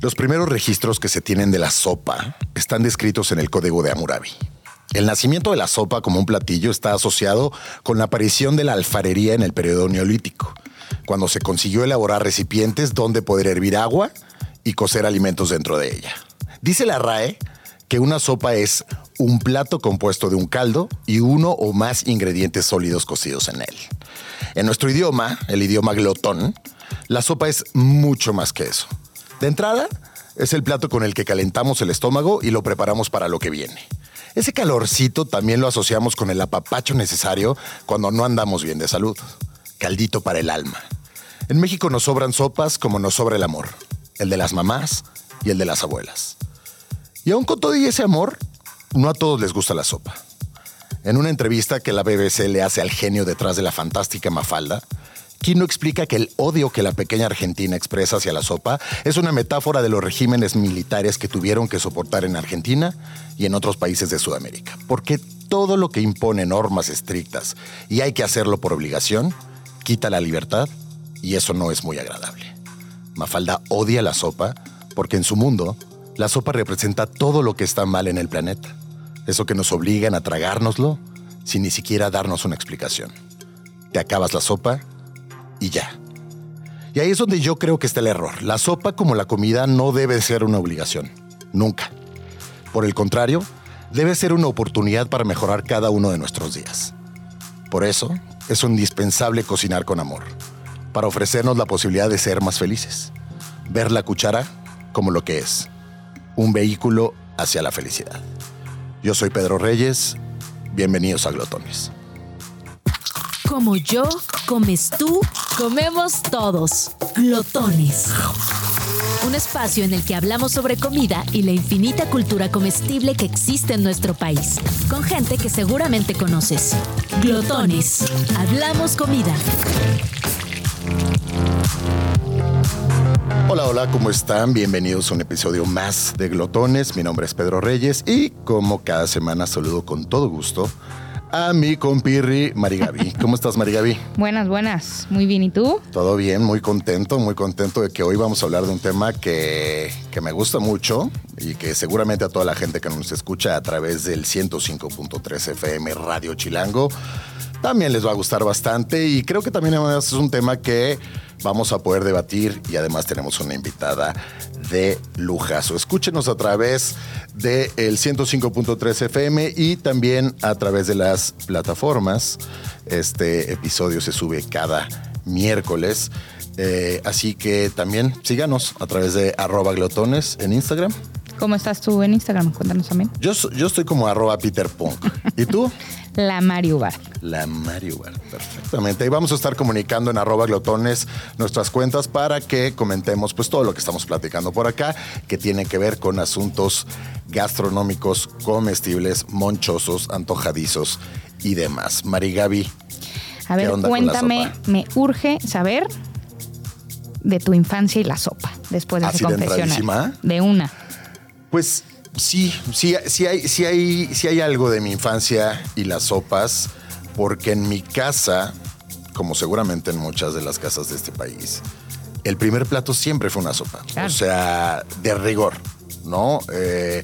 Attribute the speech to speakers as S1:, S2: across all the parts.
S1: Los primeros registros que se tienen de la sopa están descritos en el Código de Hammurabi. El nacimiento de la sopa como un platillo está asociado con la aparición de la alfarería en el periodo neolítico, cuando se consiguió elaborar recipientes donde poder hervir agua y cocer alimentos dentro de ella. Dice la RAE que una sopa es un plato compuesto de un caldo y uno o más ingredientes sólidos cocidos en él. En nuestro idioma, el idioma glotón, la sopa es mucho más que eso. De entrada, es el plato con el que calentamos el estómago y lo preparamos para lo que viene. Ese calorcito también lo asociamos con el apapacho necesario cuando no andamos bien de salud. Caldito para el alma. En México nos sobran sopas como nos sobra el amor. El de las mamás y el de las abuelas. Y aun con todo y ese amor, no a todos les gusta la sopa. En una entrevista que la BBC le hace al genio detrás de la fantástica Mafalda, Quino explica que el odio que la pequeña Argentina expresa hacia la sopa es una metáfora de los regímenes militares que tuvieron que soportar en Argentina y en otros países de Sudamérica. Porque todo lo que impone normas estrictas y hay que hacerlo por obligación, quita la libertad y eso no es muy agradable. Mafalda odia la sopa porque en su mundo, la sopa representa todo lo que está mal en el planeta. Eso que nos obligan a tragárnoslo sin ni siquiera darnos una explicación. Te acabas la sopa y ya. Y ahí es donde yo creo que está el error. La sopa como la comida no debe ser una obligación, nunca. Por el contrario, debe ser una oportunidad para mejorar cada uno de nuestros días. Por eso, es indispensable cocinar con amor, para ofrecernos la posibilidad de ser más felices, ver la cuchara como lo que es, un vehículo hacia la felicidad. Yo soy Pedro Reyes, bienvenidos a Glotones.
S2: Como yo, comes tú, comemos todos. Glotones. Un espacio en el que hablamos sobre comida y la infinita cultura comestible que existe en nuestro país. Con gente que seguramente conoces. Glotones. Hablamos comida.
S1: Hola, hola, ¿cómo están? Bienvenidos a un episodio más de Glotones. Mi nombre es Pedro Reyes y como cada semana saludo con todo gusto a mi compirri Marigaby. ¿Cómo estás, Marigaby?
S3: Buenas, buenas. Muy bien, ¿y tú?
S1: Todo bien, muy contento, muy contento de que hoy vamos a hablar de un tema que, que me gusta mucho y que seguramente a toda la gente que nos escucha a través del 105.3 FM Radio Chilango también les va a gustar bastante y creo que también además es un tema que vamos a poder debatir y además tenemos una invitada de lujazo. Escúchenos a través del de 105.3 FM y también a través de las plataformas. Este episodio se sube cada miércoles. Eh, así que también síganos a través de arroba glotones en Instagram.
S3: ¿Cómo estás tú en Instagram? Cuéntanos también.
S1: Yo, so- yo estoy como arroba Peter Punk. ¿Y tú?
S3: La Mario Bar.
S1: La Mario Bar, perfectamente. Y vamos a estar comunicando en arroba glotones nuestras cuentas para que comentemos pues todo lo que estamos platicando por acá, que tiene que ver con asuntos gastronómicos, comestibles, monchosos, antojadizos y demás. Marigaby,
S3: A ver,
S1: ¿Qué onda con la
S3: cuéntame,
S1: sopa?
S3: me urge saber de tu infancia y la sopa después de
S1: ¿Así
S3: ese
S1: de
S3: confesionario.
S1: entradísima?
S3: De una.
S1: pues sí, sí, sí hay, sí hay, sí hay algo de mi infancia y las sopas, porque en mi casa, como seguramente en muchas de las casas de este país, el primer plato siempre fue una sopa.
S3: Claro.
S1: O sea, de rigor, ¿no? Eh,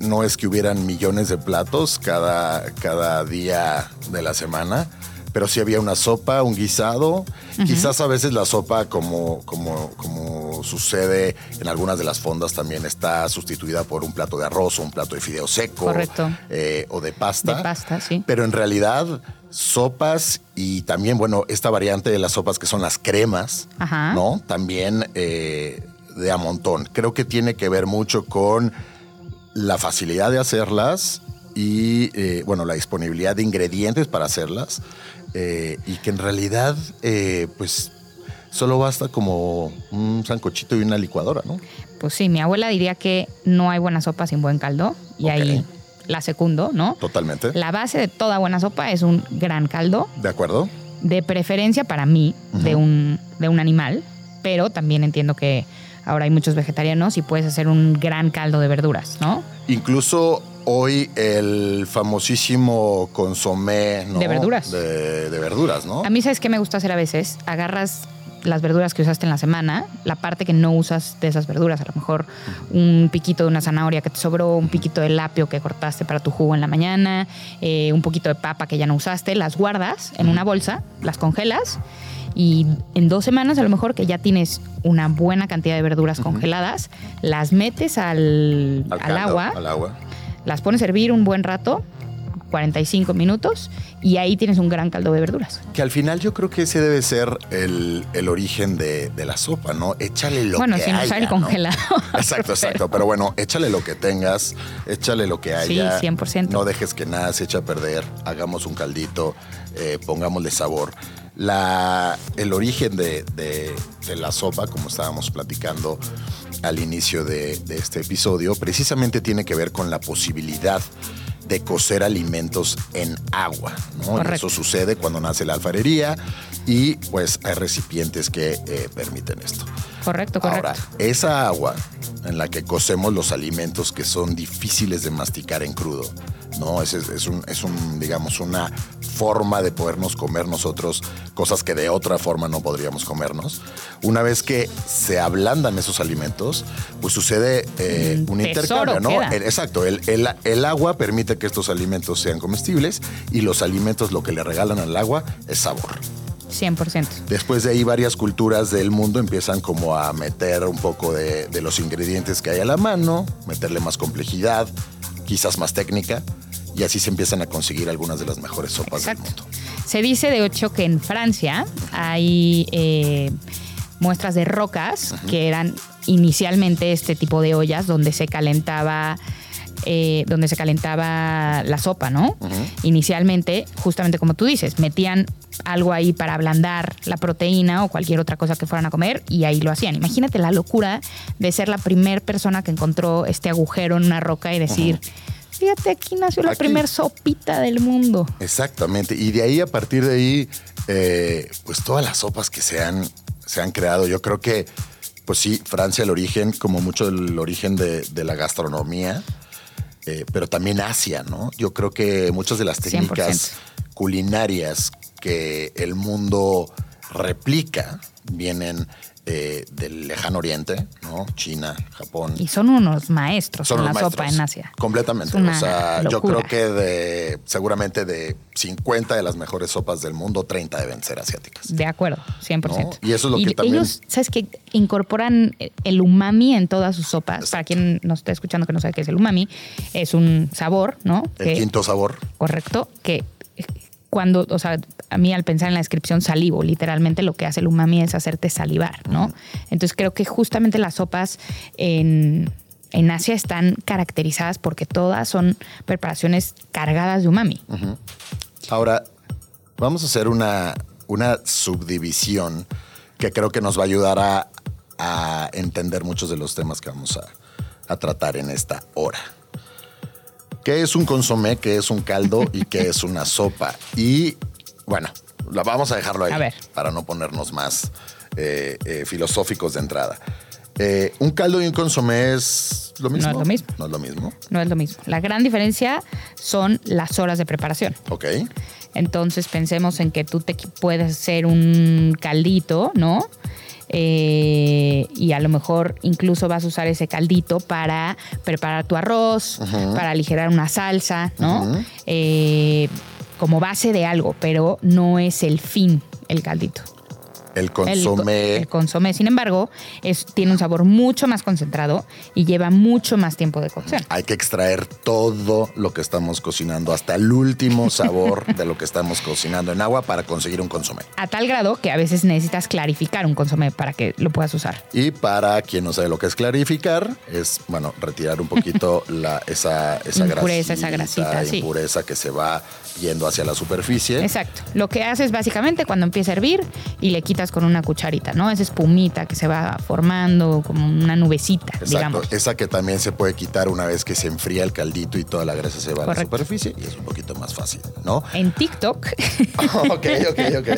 S1: no es que hubieran millones de platos cada, cada día de la semana, pero sí había una sopa, un guisado. Quizás a veces la sopa, como, como, como sucede en algunas de las fondas, también está sustituida por un plato de arroz o un plato de fideo seco.
S3: Correcto.
S1: eh, o de pasta.
S3: De pasta, sí.
S1: Pero en realidad, sopas y también, bueno, esta variante de las sopas que son las cremas,
S3: Ajá.
S1: ¿no? También eh, de a montón. Creo que tiene que ver mucho con la facilidad de hacerlas y, eh, bueno, la disponibilidad de ingredientes para hacerlas. eh, y que en realidad, eh, pues, solo basta como un sancochito y una licuadora, ¿no?
S3: Pues sí, mi abuela diría que no hay buena sopa sin buen caldo. Y
S1: Ok.
S3: ahí la secundo, ¿no?
S1: Totalmente.
S3: La base de toda buena sopa es un gran caldo,
S1: ¿De acuerdo?
S3: de preferencia para mí, de,
S1: Ujú.
S3: un, de un animal, pero también entiendo que ahora hay muchos vegetarianos y puedes hacer un gran caldo de verduras, ¿no?
S1: Incluso hoy el famosísimo consomé ¿no?
S3: De verduras.
S1: De, de verduras, ¿no?
S3: A mí, ¿sabes qué me gusta hacer a veces? Agarras las verduras que usaste en la semana, la parte que no usas de esas verduras, a lo mejor un piquito de una zanahoria que te sobró, un piquito de lapio que cortaste para tu jugo en la mañana, eh, un poquito de papa que ya no usaste, las guardas en una bolsa, las congelas y en dos semanas a lo mejor que ya tienes una buena cantidad de verduras congeladas, las metes al, al
S1: caldo,
S3: agua,
S1: Al agua.
S3: las pones a hervir un buen rato, 45 minutos, y ahí tienes un gran caldo de verduras.
S1: Que al final yo creo que ese debe ser el, el origen de, de la sopa, ¿no? Échale lo
S3: bueno,
S1: que
S3: sin usar
S1: haya,
S3: el
S1: ¿no?
S3: congelado.
S1: Exacto, exacto. Pero bueno, échale lo que tengas, échale lo que
S3: Sí,
S1: haya.
S3: 100%.
S1: No dejes que nada se eche a perder. Hagamos un caldito, eh, pongámosle sabor. La, el origen de, de- de la sopa, como estábamos platicando al inicio de, de este episodio, precisamente tiene que ver con la posibilidad de cocer alimentos en agua. ¿no? Y
S3: Correcto.
S1: Eso sucede cuando nace la alfarería y pues hay recipientes que eh, permiten esto.
S3: correcto, correcto.
S1: Ahora, esa agua en la que cocemos los alimentos que son difíciles de masticar en crudo, ¿no? Es, es- es un, es un, digamos, una forma de podernos comer nosotros cosas que de otra forma no podríamos comernos. Una vez que se ablandan esos alimentos, pues sucede eh,
S3: Mm,
S1: un
S3: tesoro
S1: intercambio, ¿no?
S3: queda.
S1: El- exacto, el, el- el agua permite que estos alimentos sean comestibles y los alimentos lo que le regalan al agua es sabor.
S3: 100%.
S1: Después de ahí varias culturas del mundo empiezan como a meter un poco de, de los ingredientes que hay a la mano, meterle más complejidad, quizás más técnica, y así se empiezan a conseguir algunas de las mejores sopas del
S3: Exacto.
S1: mundo.
S3: Se dice, de hecho, que en Francia hay eh, muestras de rocas que eran inicialmente este tipo de ollas donde se calentaba. eh, donde se calentaba la sopa, ¿no? Inicialmente, justamente como tú dices, metían algo ahí para ablandar la proteína o cualquier otra cosa que fueran a comer y ahí lo hacían. Imagínate la locura de ser la primera persona que encontró este agujero en una roca y decir, fíjate, aquí nació la
S1: Aquí.
S3: primera sopita del mundo.
S1: Exactamente. Y de ahí, a partir de ahí, eh, pues todas las sopas que se han, se han creado, yo creo que, pues sí, Francia el origen, como mucho el origen de, de la gastronomía, eh, pero también Asia, ¿no? Yo creo que muchas de las técnicas culinarias que el mundo replica vienen eh, del lejano oriente, ¿no? China, Japón,
S3: Y son unos maestros
S1: son
S3: en
S1: los
S3: la
S1: maestros.
S3: sopa en Asia.
S1: Completamente.
S3: Es una
S1: o sea, yo
S3: locura.
S1: creo que de seguramente de 50 de las mejores sopas del mundo, 30 deben ser asiáticas.
S3: De acuerdo, 100%.
S1: No, y eso es lo que también-
S3: Ellos, ¿sabes que Incorporan eh, el umami en todas sus sopas. Para quien nos está escuchando que no sabe qué es el umami, es un sabor, ¿no?
S1: El
S3: Que-
S1: quinto sabor.
S3: Correcto, que eh, cuando, o sea, a mí al pensar en la descripción salivo, literalmente lo que hace el umami es hacerte salivar, ¿no? Entonces creo que justamente las sopas en, en Asia están caracterizadas porque todas son preparaciones cargadas de umami.
S1: Ahora, vamos a hacer una, una subdivisión que creo que nos va a ayudar a, a entender muchos de los temas que vamos a, a tratar en esta hora. ¿Qué es un consomé? ¿Qué es un caldo? ¿Y qué es una sopa? Y bueno, la vamos a dejarlo ahí
S3: A ver.
S1: para no ponernos más eh, eh, filosóficos de entrada. Eh, un caldo y un consomé es lo mismo.
S3: es lo mismo.
S1: No es lo mismo.
S3: No es lo mismo. La gran diferencia son las horas de preparación.
S1: Ok.
S3: Entonces pensemos en que tú te qui- puedes hacer un caldito, ¿no? Eh, y a lo mejor incluso vas a usar ese caldito para preparar tu arroz, para aligerar una salsa, ¿no?
S1: Ujú.
S3: Eh, como base de algo, pero no es el fin el caldito.
S1: El
S3: El co-
S1: consomé.
S3: El, consomé, sin embargo, es, tiene un sabor mucho más concentrado y lleva mucho más tiempo de cocción.
S1: Hay que extraer todo lo que estamos cocinando, hasta el último sabor de lo que estamos cocinando en agua para conseguir un consomé.
S3: A tal grado que a veces necesitas clarificar un consomé para que lo puedas usar.
S1: Y para quien no sabe lo que es clarificar, es, bueno, retirar un poquito la, esa, esa grasita,
S3: Impureza, esa grasita, sí.
S1: impureza que se va yendo hacia la superficie.
S3: Exacto. Lo que haces básicamente cuando empieza a hervir y le quitas con una cucharita, ¿no? Esa espumita que se va formando como una nubecita,
S1: Exacto,
S3: digamos.
S1: esa que también se puede quitar una vez que se enfría el caldito y toda la grasa se va a la
S3: Correcto.
S1: superficie y es un poquito más fácil, ¿no?
S3: En TikTok
S1: ok, ok, ok.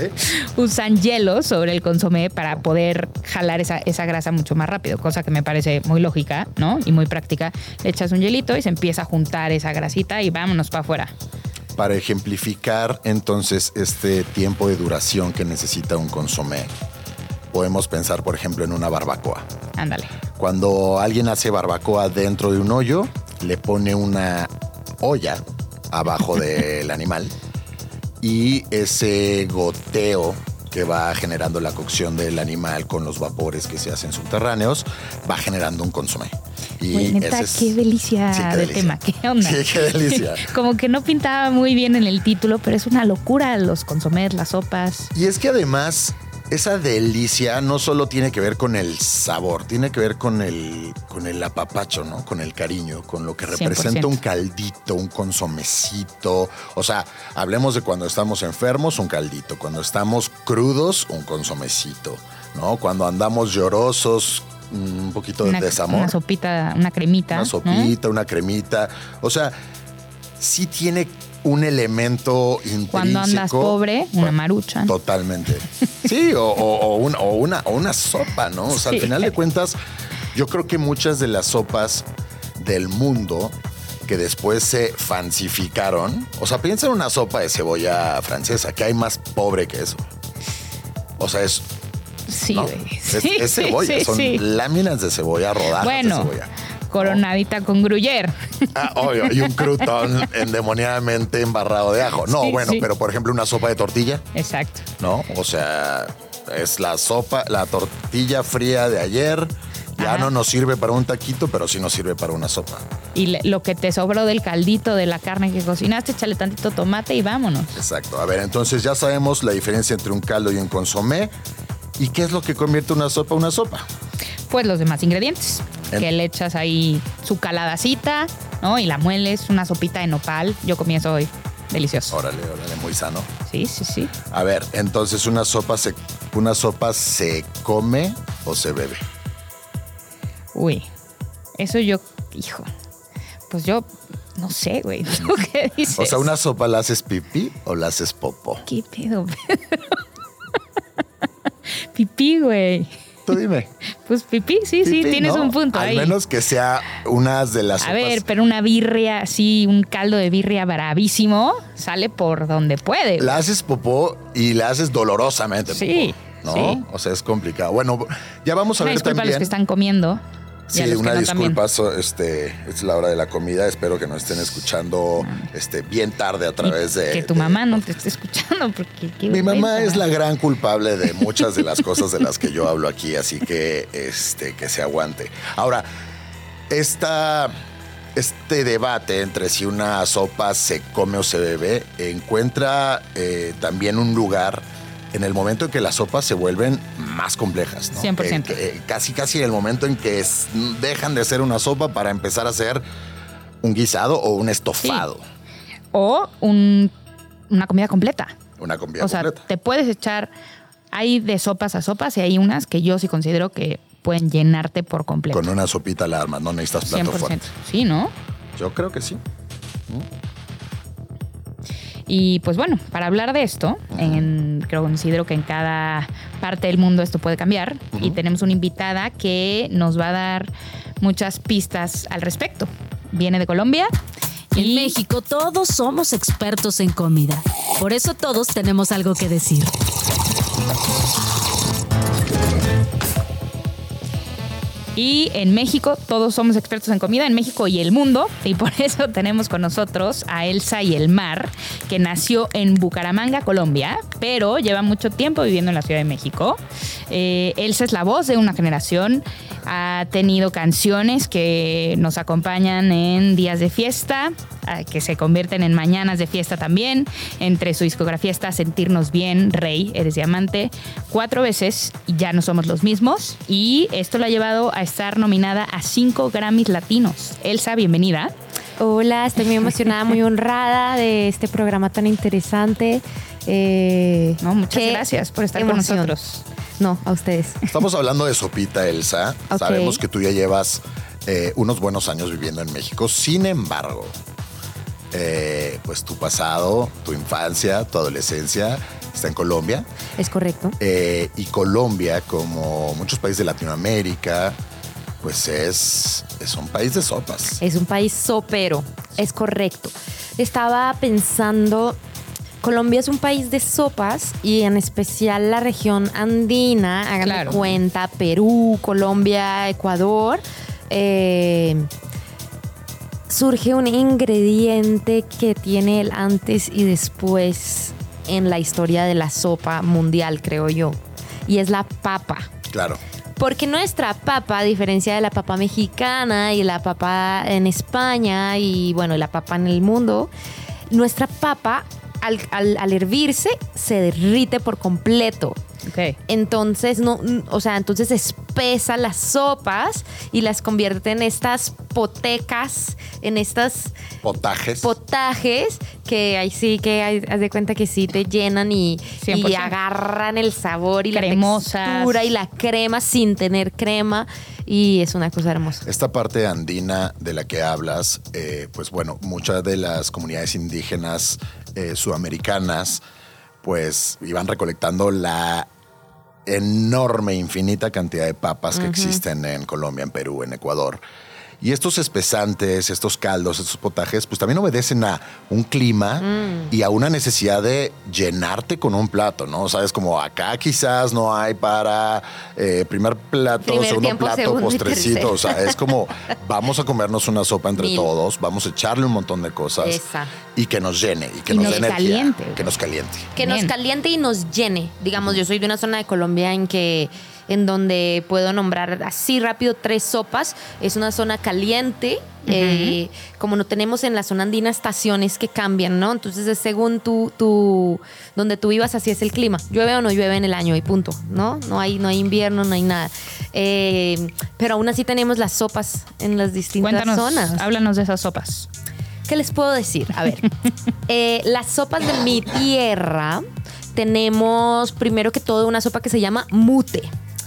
S3: usan hielo sobre el consomé para poder jalar esa, esa grasa mucho más rápido, cosa que me parece muy lógica, ¿no? Y muy práctica. Le echas un hielito y se empieza a juntar esa grasita y vámonos para afuera.
S1: Para ejemplificar entonces este tiempo de duración que necesita un consomé, Podemos pensar, por ejemplo, en una barbacoa.
S3: Ándale.
S1: Cuando alguien hace barbacoa dentro de un hoyo, le pone una olla abajo del animal y ese goteo que va generando la cocción del animal con los vapores que se hacen subterráneos va generando un consomé. Y
S3: Güey, neta,
S1: ese es-
S3: qué delicia
S1: Sí, qué
S3: de
S1: delicia.
S3: tema. ¿Qué onda?
S1: Sí, qué delicia.
S3: Como que no pintaba muy bien en el título, pero es una locura los consomés, las sopas.
S1: Y es que además, esa delicia no solo tiene que ver con el sabor, tiene que ver con el, con el apapacho, ¿no? Con el cariño, con lo que representa
S3: 100%.
S1: un caldito, un consomecito. O sea, hablemos de cuando estamos enfermos, un caldito. Cuando estamos crudos, un consomecito, ¿no? Cuando andamos llorosos, un poquito de
S3: Una,
S1: desamor.
S3: una sopita, una cremita.
S1: Una
S3: ¿no?
S1: sopita, una cremita. O sea, sí tiene un elemento intrínseco.
S3: Cuando andas pobre, una
S1: Bueno,
S3: marucha.
S1: Totalmente. Sí, o, o- o un- o una, o una sopa, ¿no? O sea, al
S3: Sí.
S1: final de cuentas, yo creo que muchas de las sopas del mundo que después se fancificaron, o sea, piensa en una sopa de cebolla francesa, que hay más pobre que eso. O sea, es,
S3: Sí,
S1: no,
S3: güey.
S1: es,
S3: Sí,
S1: es cebolla,
S3: sí,
S1: son
S3: sí.
S1: láminas de cebolla, rodajas de
S3: Bueno,
S1: cebolla.
S3: coronadita con gruyer.
S1: Ah, obvio, y un crutón endemoniadamente embarrado de ajo. No,
S3: Sí,
S1: bueno,
S3: sí.
S1: pero por ejemplo una sopa de tortilla,
S3: Exacto.
S1: ¿no? O sea, es la sopa, la tortilla fría de ayer. Ya
S3: Ajá.
S1: no nos sirve para un taquito, pero sí nos sirve para una sopa.
S3: Y le- lo que te sobró del caldito de la carne que cocinaste, échale tantito tomate y vámonos.
S1: Exacto. A ver, entonces ya sabemos la diferencia entre un caldo y un consomé. ¿Y qué es lo que convierte una sopa en una sopa?
S3: Pues los demás ingredientes.
S1: En-
S3: Que le echas ahí su caladacita, ¿no? Y la mueles, una sopita de nopal. Yo comí eso hoy. Delicioso.
S1: Órale, órale, muy sano.
S3: Sí, sí, sí.
S1: A ver, entonces una sopa se, una sopa se come o se bebe.
S3: Uy, eso yo, hijo. Pues yo, no sé, güey. ¿Tú qué dices?
S1: O sea, una sopa la haces pipí o la haces popó.
S3: ¿Qué pedo, Pedro? pipí, güey.
S1: Tú dime.
S3: Pues pipí, sí, sí,
S1: Pipí,
S3: tienes
S1: ¿no?
S3: un punto
S1: Al
S3: ahí.
S1: menos que sea una de las
S3: A
S1: sopas.
S3: ver, pero una birria, así, un caldo de birria bravísimo, sale por donde puede. güey.
S1: la haces popó y la haces dolorosamente.
S3: Eh, Sí,
S1: popó, ¿No?
S3: sí.
S1: O sea, es complicado. Bueno, ya vamos a
S3: Una
S1: ver
S3: disculpa a los
S1: también.
S3: que están comiendo. y
S1: Sí,
S3: a los que
S1: una
S3: no
S1: disculpa, so- este, es la hora de la comida, espero que nos estén escuchando este, bien tarde a
S3: también. Ah. Y
S1: través de...
S3: que tu
S1: de-
S3: mamá no te esté escuchando, porque qué
S1: Mi mamá
S3: vergüenza.
S1: es la gran culpable de muchas de las cosas de las que yo hablo aquí, así que este que se aguante. Ahora, esta este debate entre si una sopa se come o se bebe encuentra eh, también un lugar en el momento en que las sopas se vuelven más complejas, ¿no?
S3: 100%.
S1: Eh, que- eh, casi casi en el momento en que es- dejan de ser una sopa para empezar a ser un guisado o un estofado,
S3: O un- una comida completa.
S1: una comida
S3: O sea,
S1: completa.
S3: te puedes echar. Hay de sopas a sopas y hay unas que yo sí considero que pueden llenarte por completo.
S1: Con una sopita la armas, no necesitas plato
S3: 100%.
S1: fuerte.
S3: Sí, ¿no?
S1: Yo creo que sí.
S3: Y pues bueno, para hablar de esto, en, creo considero que en cada parte del mundo esto puede cambiar y tenemos una invitada que nos va a dar muchas pistas al respecto. Viene de Colombia
S2: En
S3: y
S2: México todos somos expertos en comida. Por eso todos tenemos algo que decir.
S3: Y en México todos somos expertos en comida, en México y el mundo. Y por eso tenemos con nosotros a Elsa y el Mar, que nació en Bucaramanga, Colombia, pero lleva mucho tiempo viviendo en la Ciudad de México. Eh, Elsa es la voz de una generación, ha tenido canciones que nos acompañan en días de fiesta, ah, que se convierten en mañanas de fiesta también. Entre su discografía está Sentirnos Bien, Rey, Eres Diamante, cuatro veces y ya no somos los mismos. Y esto la ha llevado a estar nominada a cinco Grammys latinos. Elsa, bienvenida.
S4: Hola, estoy muy emocionada, muy honrada de este programa tan interesante. Eh,
S3: No, muchas
S4: qué
S3: gracias por estar
S4: emoción.
S3: con nosotros.
S4: No, a ustedes.
S1: Estamos hablando de sopita, Elsa.
S4: Ok.
S1: Sabemos que tú ya llevas eh, unos buenos años viviendo en México. Sin embargo, eh, pues tu pasado, tu infancia, tu adolescencia está en Colombia.
S4: Es correcto.
S1: Eh, y Colombia, como muchos países de Latinoamérica, pues es, es un país de
S4: Eh,
S1: sopas.
S4: Es un país sopero. Es correcto. Estaba pensando Colombia es un país de sopas y en especial la región andina, hagan
S3: Claro.
S4: cuenta, Perú, Colombia, Ecuador. eh, surge un ingrediente que tiene el antes y después en la historia de la sopa mundial, creo yo, y es la papa.
S1: Claro.
S4: Porque nuestra papa, a diferencia de la papa mexicana y la papa en España y bueno, la papa en el mundo, nuestra papa al, al- al hervirse se derrite por completo.
S3: Ok.
S4: Entonces, no, n- o sea, entonces espesa las sopas y las convierte en estas potecas, en estas
S1: Potajes.
S4: potajes que ahí sí que hay- haz de cuenta que sí te llenan y, y
S3: 100%.
S4: agarran el sabor y
S3: Cremosas.
S4: la textura y la crema sin tener crema y es una cosa hermosa.
S1: Esta parte andina de la que hablas, eh, pues bueno, muchas de las comunidades indígenas eh, sudamericanas, pues iban recolectando la enorme, infinita cantidad de papas que existen en Colombia, en Perú, en Ecuador. Y estos espesantes, estos caldos, estos potajes, pues también obedecen a un clima
S4: Mm.
S1: y a una necesidad de llenarte con un plato, ¿no? Sabes, como acá quizás no hay para eh, primer plato,
S4: Primer
S1: segundo
S4: tiempo,
S1: plato,
S4: segundo y
S1: postrecito.
S4: tercero.
S1: O sea, es como vamos a comernos una sopa entre
S4: Mil.
S1: todos, vamos a echarle un montón de cosas
S4: Esa.
S1: y que nos llene y que
S3: Y
S1: nos,
S3: nos
S1: dé energía,
S3: caliente, güey.
S1: que nos caliente.
S4: Que nos
S3: Bien.
S4: caliente y nos llene. Digamos, yo soy de una zona de Colombia en que en donde puedo nombrar así rápido tres sopas. Es una zona caliente. eh, como no tenemos en la zona andina estaciones que cambian, ¿no? Entonces es según tu, tu, donde tú vivas, así es el clima. Llueve o no llueve en el año y punto, ¿no? No hay, no hay invierno, no hay nada. Eh, pero aún así tenemos las sopas en las distintas
S3: Cuéntanos,
S4: zonas.
S3: háblanos de esas sopas.
S4: ¿Qué les puedo decir? A ver, eh, las sopas de mi tierra tenemos primero que todo una sopa que se llama mute.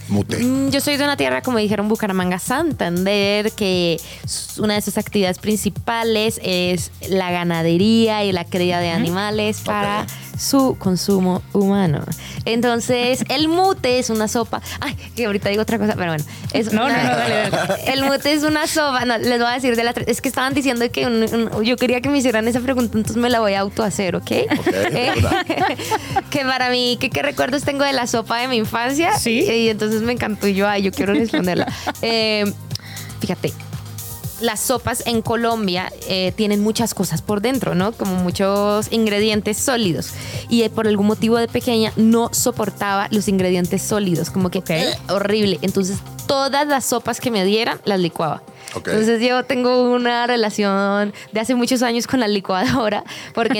S1: Mute.
S4: Mm, Yo soy de una tierra, como dijeron, Bucaramanga, Santander, que s- una de sus actividades principales es la ganadería y la cría de animales para su consumo humano. Entonces, el mute es una sopa. Ay, que ahorita digo otra cosa, pero bueno. Es
S3: No,
S4: una-
S3: no, no, dale, dale.
S4: El mute es una sopa. No, les voy a decir de la. tre- Es que estaban diciendo que un- un- yo quería que me hicieran esa pregunta, entonces me la voy a autohacer, ¿ok? Eh, que para mí, ¿qué, qué recuerdos tengo de la sopa de mi infancia?
S3: Sí.
S4: Y entonces me encantó y yo, ay, yo quiero responderla. Eh, fíjate, las sopas en Colombia eh, tienen muchas cosas por dentro, ¿no? Como muchos ingredientes sólidos. Y eh, por algún motivo de pequeña no soportaba los ingredientes sólidos, como que
S3: Ok.
S4: "Ugh, horrible. Entonces todas las sopas que me dieran las licuaba.
S1: Ok.
S4: Entonces yo tengo una relación de hace muchos años con la licuadora, porque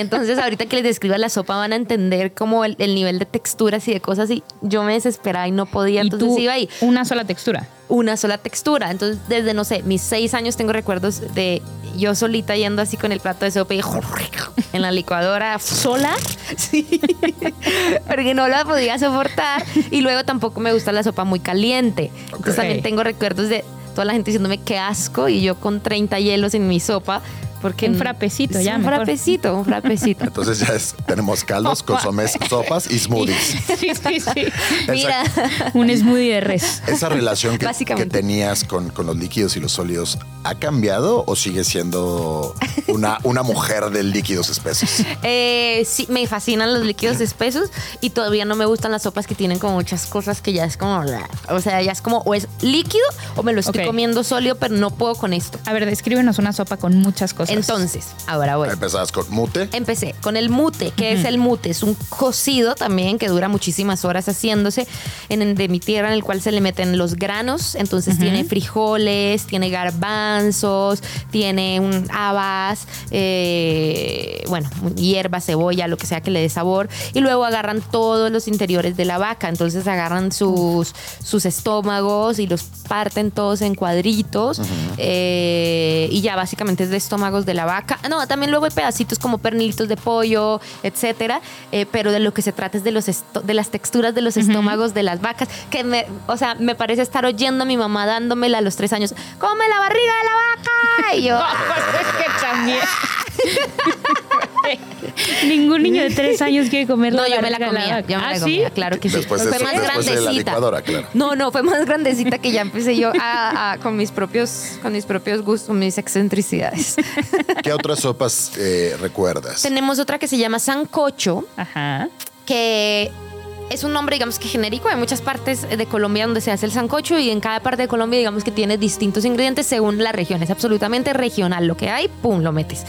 S4: entonces ahorita que les describa la sopa van a entender como el, el nivel de texturas y de cosas y yo me desesperaba y no podía,
S3: Y
S4: entonces
S3: tú,
S4: iba ahí
S3: una sola textura.
S4: una sola textura. Entonces, desde, no sé, mis seis años tengo recuerdos de yo solita yendo así con el plato de sopa y en la licuadora. ¿Sola? Sí. Porque no la podía soportar. Y luego tampoco me gusta la sopa muy caliente. Entonces,
S3: Ok.
S4: también tengo recuerdos de toda la gente diciéndome qué asco y yo con 30 hielos en mi sopa. Porque
S3: Un frapecito,
S4: Sí,
S3: ya,
S4: Un
S3: mejor.
S4: frapecito, un frapecito.
S1: Entonces ya es- tenemos caldos, consomés, sopas y smoothies.
S3: sí, sí, sí.
S4: Mira,
S3: Un smoothie de res.
S1: Esa relación que,
S4: Básicamente.
S1: que tenías con, con los líquidos y los sólidos, ¿ha cambiado o sigue siendo una, una mujer de líquidos espesos?
S4: Eh, sí, me fascinan los líquidos espesos y todavía no me gustan las sopas que tienen como muchas cosas que ya es como, bla. o sea, ya es como o es líquido o me lo estoy
S3: Ok.
S4: comiendo sólido, pero no puedo con esto.
S3: A ver, descríbenos una sopa con muchas cosas.
S4: Entonces, ahora voy.
S1: Empezabas con mute.
S4: Empecé con el mute, que es el mute, es un cocido también que dura muchísimas horas haciéndose en, en- de mi tierra en el cual se le meten los granos, entonces tiene frijoles, tiene garbanzos, tiene un habas, eh, bueno, hierba, cebolla, lo que sea que le dé sabor y luego agarran todos los interiores de la vaca, entonces agarran sus sus estómagos y los parten todos en cuadritos eh, y ya básicamente es de estómagos de la vaca. Ah, No, también luego hay pedacitos como pernilitos de pollo, etcétera, eh, pero de lo que se trata es de los esto- de las texturas de los estómagos de las vacas, que me, o sea, me parece estar oyendo a mi mamá dándomela a los tres años, come la barriga de la vaca y yo
S3: es que también. Ningún niño de tres años quiere comer
S4: No, yo me la
S3: larga
S4: comía,
S3: lavaca.
S4: yo me
S3: ¿Ah,
S4: la
S3: sí?
S4: comía, claro que sí.
S1: Después de-
S4: fue más
S1: Pues después de la
S4: grandecita.
S1: licuadora, claro.
S4: No, no, fue más grandecita que ya empecé yo a- a- con mis propios, con mis propios gustos, mis excentricidades.
S1: ¿Qué otras sopas eh, recuerdas?
S4: Tenemos otra que se llama sancocho,
S3: Ajá.
S4: que es un nombre, digamos que genérico. Hay muchas partes de Colombia donde se hace el sancocho y en cada parte de Colombia, digamos que tiene distintos ingredientes según la región. Es absolutamente regional lo que hay, pum, lo metes.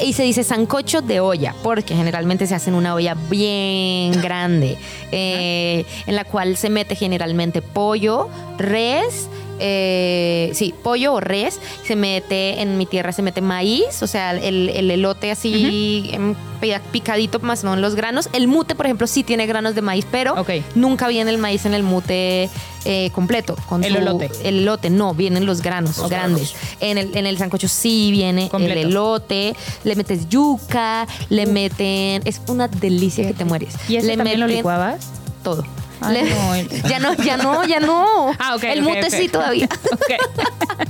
S4: Y se dice sancocho de olla, porque generalmente se hace en una olla bien grande, eh, en la cual se mete generalmente pollo, res, eh, sí, pollo o res, se mete, en mi tierra se mete maíz, o sea, el, el elote así em, pi- picadito, más no en los granos. El mute, por ejemplo, sí tiene granos de maíz, pero
S3: Ok.
S4: nunca viene el maíz en el mute eh, completo. Con
S3: El
S4: su-
S3: elote.
S4: El elote, no, vienen los granos
S1: Los
S4: grandes. En el, en el sancocho sí viene
S3: Completo.
S4: el elote, le metes yuca, le meten... Es una delicia que te mueres.
S3: ¿Y ese
S4: le
S3: también lo
S4: meten-
S3: licuabas?
S4: todo.
S3: Ay,
S4: Le-
S3: no, el-
S4: Ya no, ya no, ya no.
S3: Ah, ok,
S4: El
S3: ok,
S4: mute
S3: ok.
S4: sí todavía.
S3: Ok.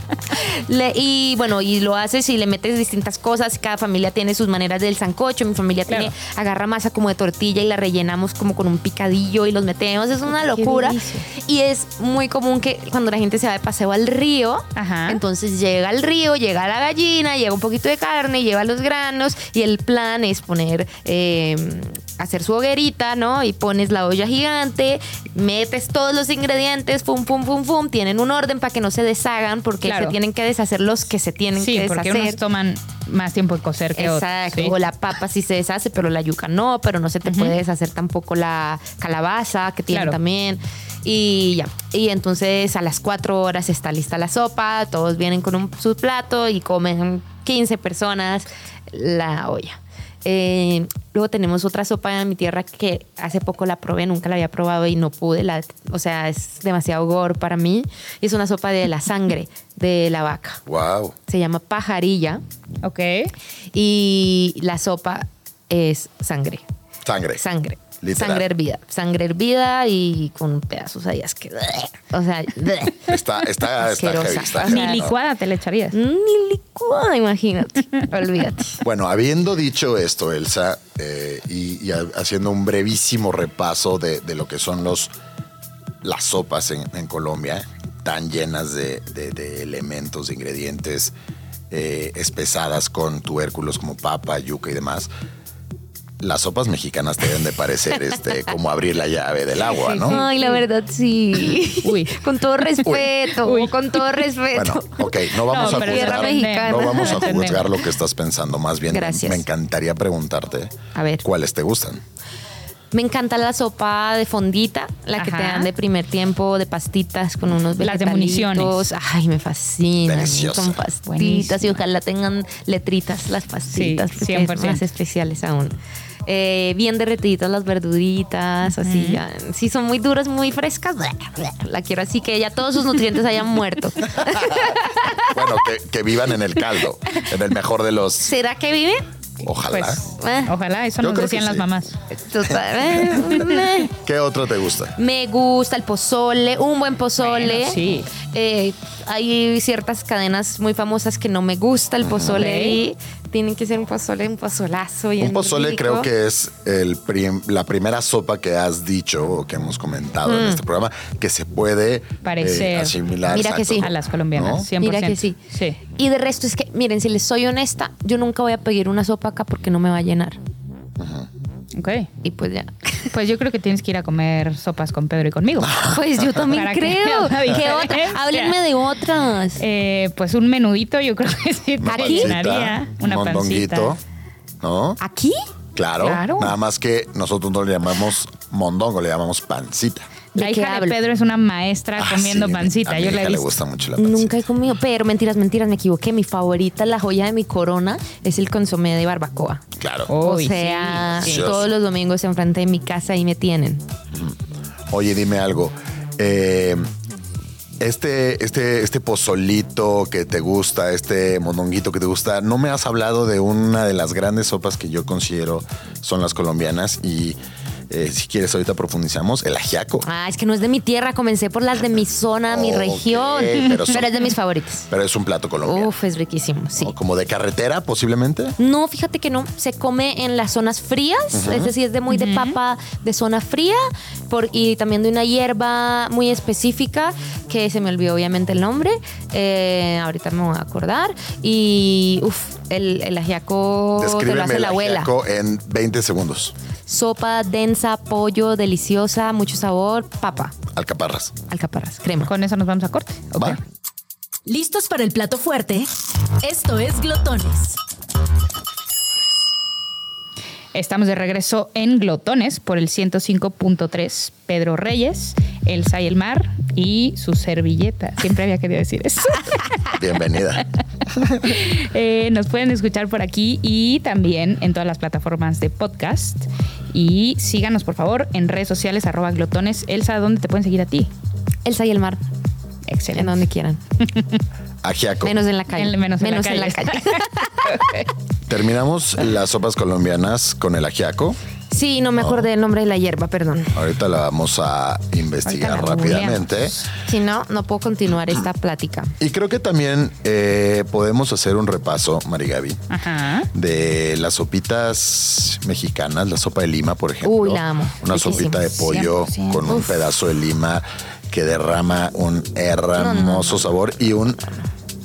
S4: Le- y bueno, y lo haces y le metes distintas cosas. Cada familia tiene sus maneras del sancocho. Mi familia
S3: Claro.
S4: tiene, agarra masa como de tortilla y la rellenamos como con un picadillo y los metemos. Es una
S3: Qué
S4: locura.
S3: delicia.
S4: Y es muy común que cuando la gente se va de paseo al río,
S3: Ajá.
S4: entonces llega al río, llega la gallina, llega un poquito de carne, lleva los granos y el plan es poner, eh, hacer su hoguerita, ¿no? Y pones la olla gigante, metes todos los ingredientes, pum, pum, pum, pum, tienen un orden para que no se deshagan porque
S3: Claro.
S4: se tienen que deshacer los que se tienen
S3: Sí,
S4: que
S3: porque
S4: deshacer.
S3: unos toman más tiempo en cocer que
S4: Exacto. O
S3: otros.
S4: la papa sí se deshace, pero la yuca no, pero no se te puede deshacer tampoco la calabaza que tiene
S3: Claro.
S4: también. Y ya. Y entonces a las 4 horas está lista la sopa, todos vienen con un, su plato y comen 15 personas la olla. Eh, luego tenemos otra sopa en mi tierra que hace poco la probé, nunca la había probado y no pude. La, o sea, es demasiado gore para mí. Y es una sopa de la sangre de la vaca.
S1: Wow.
S4: Se llama pajarilla
S3: Sí. Ok.
S4: y la sopa es sangre.
S1: Sangre.
S4: Sangre.
S1: Literal.
S4: Sangre hervida. Sangre hervida y con pedazos ahí que O sea,
S1: Está, está, está
S4: Asquerosa.
S1: heavy, está
S4: O
S1: heavy,
S3: Ni
S4: sea,
S1: ¿no?
S3: licuada te la echarías.
S4: ni licuada, imagínate. Olvídate.
S1: Bueno, habiendo dicho esto, Elsa, eh, y, y ha- haciendo un brevísimo repaso de, de lo que son los, las sopas en, en Colombia, tan llenas de, de- de elementos, de ingredientes, eh, espesadas con tubérculos como papa, yuca y demás, las sopas mexicanas te deben de parecer este, como abrir la llave del agua, ¿no?
S4: Ay, la verdad, sí.
S3: Uy.
S4: Con todo respeto,
S3: Uy.
S4: con todo respeto.
S1: Bueno, ok, no vamos
S3: No,
S1: a
S3: pero
S4: tierra
S1: juzgar,
S4: mexicana.
S1: no vamos a
S3: Entendemos.
S1: juzgar lo que estás pensando. Más bien,
S4: Gracias.
S1: me encantaría preguntarte
S4: A ver.
S1: cuáles te gustan.
S4: Me encanta la sopa de fondita, la que
S3: Ajá.
S4: te dan de primer tiempo, de pastitas con unos
S3: Las de
S4: vegetalitos.
S3: municiones.
S4: Ay, me fascinan.
S1: Deliciosa.
S4: Son pastitas y
S3: Buenísima.
S4: ojalá tengan letritas las pastitas,
S3: Sí,
S4: porque son
S3: 100%.
S4: más especiales aún. Eh, bien derretiditas las verduritas, así ya. Si son muy duras, muy frescas, la quiero así que ya todos sus nutrientes hayan muerto.
S1: Bueno, que, que vivan en el caldo, en el mejor de los.
S4: ¿Será que viven?
S1: Ojalá.
S3: Pues,
S4: Eh.
S3: ojalá, eso
S1: Yo
S3: nos
S1: creo que
S3: decían las
S1: sí.
S3: mamás.
S4: Total.
S1: ¿Qué otro te gusta?
S4: Me gusta el pozole, un buen pozole.
S3: Bueno, sí.
S4: Eh, hay ciertas cadenas muy famosas que no me gusta el pozole
S3: Ok.
S4: y tienen que ser un pozole, un pozolazo.
S1: Un pozole creo que es el prim- la primera sopa que has dicho o que hemos comentado en este programa que se puede eh,
S3: Mm. Parecer.
S1: asimilar
S4: Mira que sí.
S3: A las colombianas,
S1: ¿No?
S3: 100%.
S4: Mira que sí.
S3: Sí.
S4: Y de resto es que, miren, si les soy honesta, yo nunca voy a pedir una sopa acá porque no me va a llenar.
S3: Ok.
S4: Y pues ya.
S3: Pues yo creo que tienes que ir a comer sopas con Pedro y conmigo.
S4: Pues yo también
S3: Para que
S4: creo.
S3: haya una
S4: ¿Qué
S3: diferencia.
S4: otra? Háblenme de otras.
S3: Eh, pues un menudito, yo creo que sí.
S1: Una
S3: te
S1: pancita,
S3: llenaría. Una
S1: un
S3: pancita.
S1: mondonguito, ¿no?
S4: ¿Aquí?
S1: Claro,
S3: Claro.
S1: Nada más que nosotros no le llamamos mondongo, le llamamos pancita.
S4: ¿De
S3: La
S4: qué
S3: hija de
S4: hablo?
S3: Pedro es una maestra
S1: Ah,
S3: comiendo
S1: sí,
S3: pancita.
S1: a mi
S3: Yo la
S1: hija
S3: he
S1: le
S3: visto.
S1: gusta mucho la pancita.
S4: Nunca he comido, pero mentiras, mentiras, me equivoqué. Mi favorita, la joya de mi corona, es el consomé de barbacoa.
S1: Claro.
S4: O
S3: Uy, sí,
S4: sea,
S1: sí.
S4: todos los domingos enfrente de mi casa y me tienen.
S1: Oye, dime algo. Eh, este, este, este pozolito que te gusta, este mondonguito que te gusta, no me has hablado de una de las grandes sopas que yo considero son las colombianas y Eh, si quieres, ahorita profundizamos. El ajiaco.
S4: Ah, es que no es de mi tierra, comencé por las de mi zona, mi
S1: Ok,
S4: región,
S1: pero
S4: pero,
S1: son-
S4: es de mis favoritas.
S1: Pero es un plato colombiano.
S4: Uf, es riquísimo, sí.
S1: ¿no? Como de carretera, posiblemente.
S4: No, fíjate que no, se come en las zonas frías, es decir, es de muy de papa de zona fría por- y también de una hierba muy específica que se me olvidó obviamente el nombre, eh, ahorita me voy a acordar y uff, el, el ajiaco Oh, te lo
S1: Descríbeme
S4: hace
S1: el
S4: la abuela.
S1: ajiaco en 20 segundos.
S4: Sopa densa, pollo, deliciosa, mucho sabor, papa,
S1: Alcaparras.
S4: alcaparras, crema.
S3: Con eso nos vamos a corte.
S1: ¿Va?
S3: Ok.
S2: ¿Listos para el plato fuerte? Esto es Glotones.
S3: Estamos de regreso en Glotones por el 105.3 Pedro Reyes, Elsa y el Mar y su servilleta. Siempre había querido decir eso.
S1: Bienvenida.
S3: Eh, nos pueden escuchar por aquí y también en todas las plataformas de podcast. Y síganos, por favor, en redes sociales, arroba glotones. Elsa, ¿dónde te pueden seguir a ti?
S4: Elsa y el mar, en
S3: Excelente.
S4: donde quieran,
S1: Ajiaco.
S4: menos en la calle.
S3: En- menos en la
S4: en la
S3: calle.
S4: calle.
S1: Terminamos las sopas colombianas con el ajiaco.
S4: Sí, no me acordé el nombre de la hierba, perdón.
S1: Ahorita la vamos a investigar
S3: Ahorita la
S1: rápidamente.
S3: googleamos.
S4: Si no, no puedo continuar esta
S3: Ah.
S4: plática.
S1: Y creo que también eh, podemos hacer un repaso, Marigaby,
S3: Ajá.
S1: de las sopitas mexicanas, la sopa de lima, por ejemplo.
S4: Uy, la amo.
S1: Una
S4: Riquísima.
S1: sopita de pollo
S3: 100%.
S1: con un
S4: Uf.
S1: pedazo de lima que derrama un hermoso sabor y un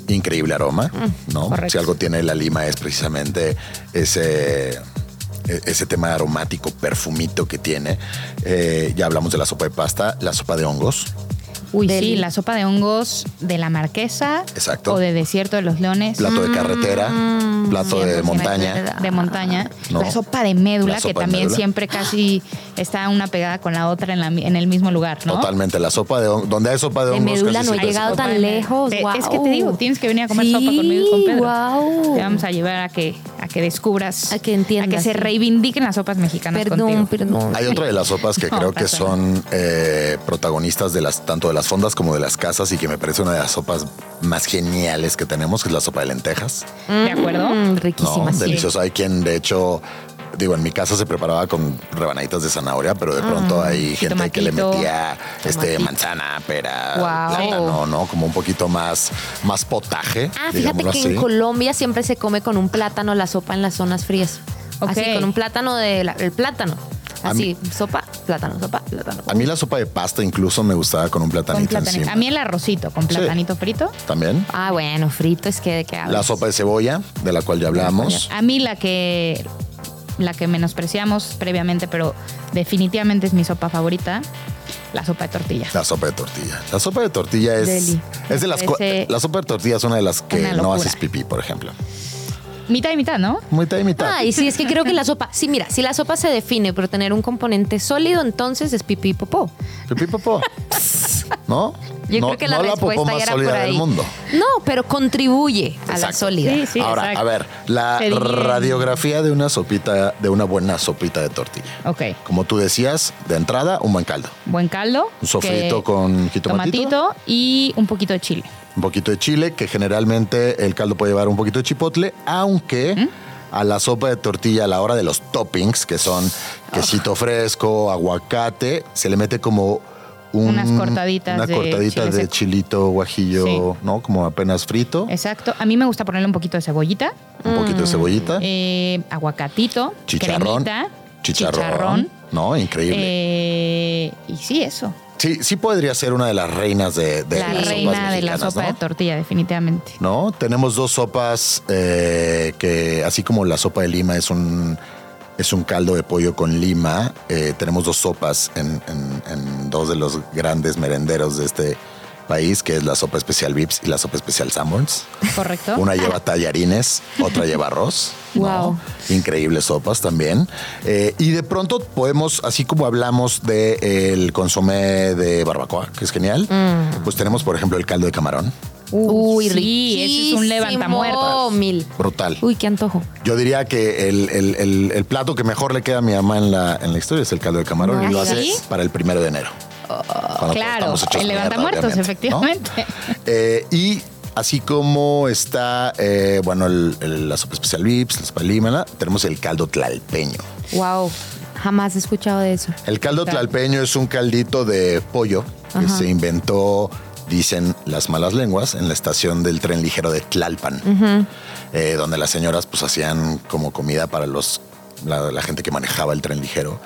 S1: increíble aroma,
S4: Mm,
S1: ¿no?
S3: correcto.
S1: Si algo tiene la lima es precisamente ese e- ese tema aromático, perfumito que tiene. Eh, ya hablamos de la sopa de pasta, la sopa de hongos.
S3: Uy,
S4: Deli.
S3: sí, la sopa de hongos de la Marquesa.
S1: Exacto.
S3: O de Desierto de los Leones.
S1: plato de carretera,
S4: Mm,
S1: plato de
S4: 100%
S1: montaña.
S3: de montaña,
S1: No.
S3: la sopa de médula,
S1: La
S3: que
S1: sopa de
S3: también
S1: médula.
S3: siempre casi está una pegada con la otra en, la mi- en el mismo lugar, ¿no?
S1: Totalmente, la sopa de hongos. Donde hay sopa de
S4: De
S1: hongos. casi
S4: médula no he
S1: siempre hay
S4: llegado
S1: sopa de-
S4: tan lejos.
S3: Te-
S4: wow.
S3: Es que te digo, tienes que venir a comer sopa
S4: Sí,
S3: conmigo y con Pedro.
S4: wow.
S3: Te vamos a llevar a que, a que descubras,
S4: A que entiendas,
S3: a que se
S4: sí.
S3: reivindiquen las sopas mexicanas
S4: Perdón,
S3: contigo.
S4: perdón.
S1: Hay otra de las sopas que
S3: No,
S1: creo que
S3: pasa
S1: son eh, protagonistas de las tanto de las fondas como de las casas y que me parece una de las sopas más geniales que tenemos, que es la sopa de lentejas.
S3: ¿De acuerdo?
S4: Mm,
S1: ¿no?
S4: riquísima. sí.
S1: Deliciosa. Hay quien, de hecho, digo, en mi casa se preparaba con rebanaditas de zanahoria, pero de pronto hay gente que le
S3: jitomatito,
S1: metía este
S4: tomatito.
S1: manzana, pera,
S4: Guau.
S1: plátano, ¿no? Como un poquito más, más potaje.
S4: Ah, fíjate
S1: digámoslo
S4: que
S1: así.
S4: en Colombia siempre se come con un plátano la sopa en las zonas frías.
S3: Ok.
S4: Así, con un plátano de la- el plátano.
S1: A
S4: Así, sopa, plátano, sopa, plátano.
S1: A mí la sopa de pasta incluso me gustaba con un platanito
S3: Con platanito.
S1: encima.
S3: A mí el arrocito con platanito frito.
S1: También.
S4: Ah, bueno, frito es que de qué
S1: La
S4: hablas.
S1: sopa de cebolla, de la cual ya hablamos.
S3: A mí la que la que menospreciamos previamente, pero definitivamente es mi sopa favorita, la sopa de tortilla.
S1: La sopa de tortilla. La sopa de tortilla es,
S3: Deli.
S1: es de las... co-
S3: Parece
S1: La sopa de tortilla es una de las que
S3: una
S1: no
S3: locura.
S1: haces pipí, por ejemplo.
S3: Mitad y mitad, ¿no?
S1: Mitad y mitad.
S4: Ay, sí, es que creo que la sopa, sí, mira, si la sopa se define por tener un componente sólido, entonces es pipí y popó.
S1: Pipí popó. ¿No?
S4: Yo
S1: no,
S4: creo que la
S1: no la popó
S4: respuesta
S1: más
S4: era por
S1: sólida
S4: ahí.
S1: del mundo.
S4: No, pero contribuye a la
S1: Exacto.
S4: sólida.
S3: Sí, sí,
S1: Ahora,
S3: exacto.
S1: a ver, la
S3: Se dividen.
S1: radiografía de una sopita, de una buena sopita de tortilla.
S3: Ok.
S1: Como tú decías, de entrada, un buen caldo.
S3: Buen caldo.
S1: Un sofrito
S3: que-
S1: con jitomatito.
S3: tomatito y un poquito de chile.
S1: un poquito de chile, que generalmente el caldo puede llevar un poquito de chipotle, aunque
S3: ¿Mm?
S1: a la sopa de tortilla a la hora de los toppings, que son
S3: Ah.
S1: quesito fresco, aguacate, se le mete como un-
S3: Unas cortaditas
S1: una
S3: de
S1: cortadita
S3: chile
S1: de
S3: seco.
S1: chilito guajillo,
S3: Sí.
S1: ¿no? Como apenas frito,
S3: Exacto. A mí me gusta ponerle un poquito de cebollita,
S1: un poquito de cebollita,
S3: eh, aguacatito,
S1: Ah. chicharrón,
S3: cremita,
S1: chicharrón,
S3: chicharrón,
S1: ¿no? Increíble.
S3: eh, y sí, eso.
S1: sí, sí podría ser una de las reinas de, de
S3: la
S1: las sopas
S3: reina de la
S1: mexicanas,
S3: sopa
S1: ¿no?
S3: de tortilla, definitivamente.
S1: ¿no? Tenemos dos sopas eh, que, así como la sopa de lima es un, es un caldo de pollo con lima, eh, tenemos dos sopas en, en- en dos de los grandes merenderos de este país, que es la sopa especial Vips y la sopa especial Sanborns.
S3: ¿Correcto?
S1: Una lleva tallarines, otra lleva arroz. ¿no?
S4: Wow.
S1: Increíbles sopas también. Eh, y de pronto podemos, así como hablamos del consomé de barbacoa, que es genial, pues tenemos, por ejemplo, el caldo de camarón.
S3: sí,
S4: Uy,
S3: ese es
S4: riquísimo,
S3: un levantamuertos.
S4: mil.
S1: Brutal.
S4: Uy, qué antojo.
S1: Yo diría que el, el- el- el plato que mejor le queda a mi mamá en la, en la historia es el caldo de camarón y lo hace
S3: ¿Ah, ¿sí? Oh,
S1: para el primero de enero. Cuando
S3: Claro,
S1: estamos hechos
S3: el
S1: mierda,
S3: levantamuertos,
S1: obviamente, ¿no?
S3: efectivamente.
S1: Eh, y así como está, eh, bueno, el- el- la sopa especial Vips, la sopa de lima, ¿no? tenemos el caldo tlalpeño.
S4: Wow. Jamás he escuchado de eso.
S1: El caldo
S3: Claro.
S1: tlalpeño es un caldito de pollo que
S4: Ajá.
S1: se inventó, dicen las malas lenguas, en la estación del tren ligero de Tlalpan, eh, donde las señoras pues hacían como comida para los la, la gente que manejaba el tren ligero.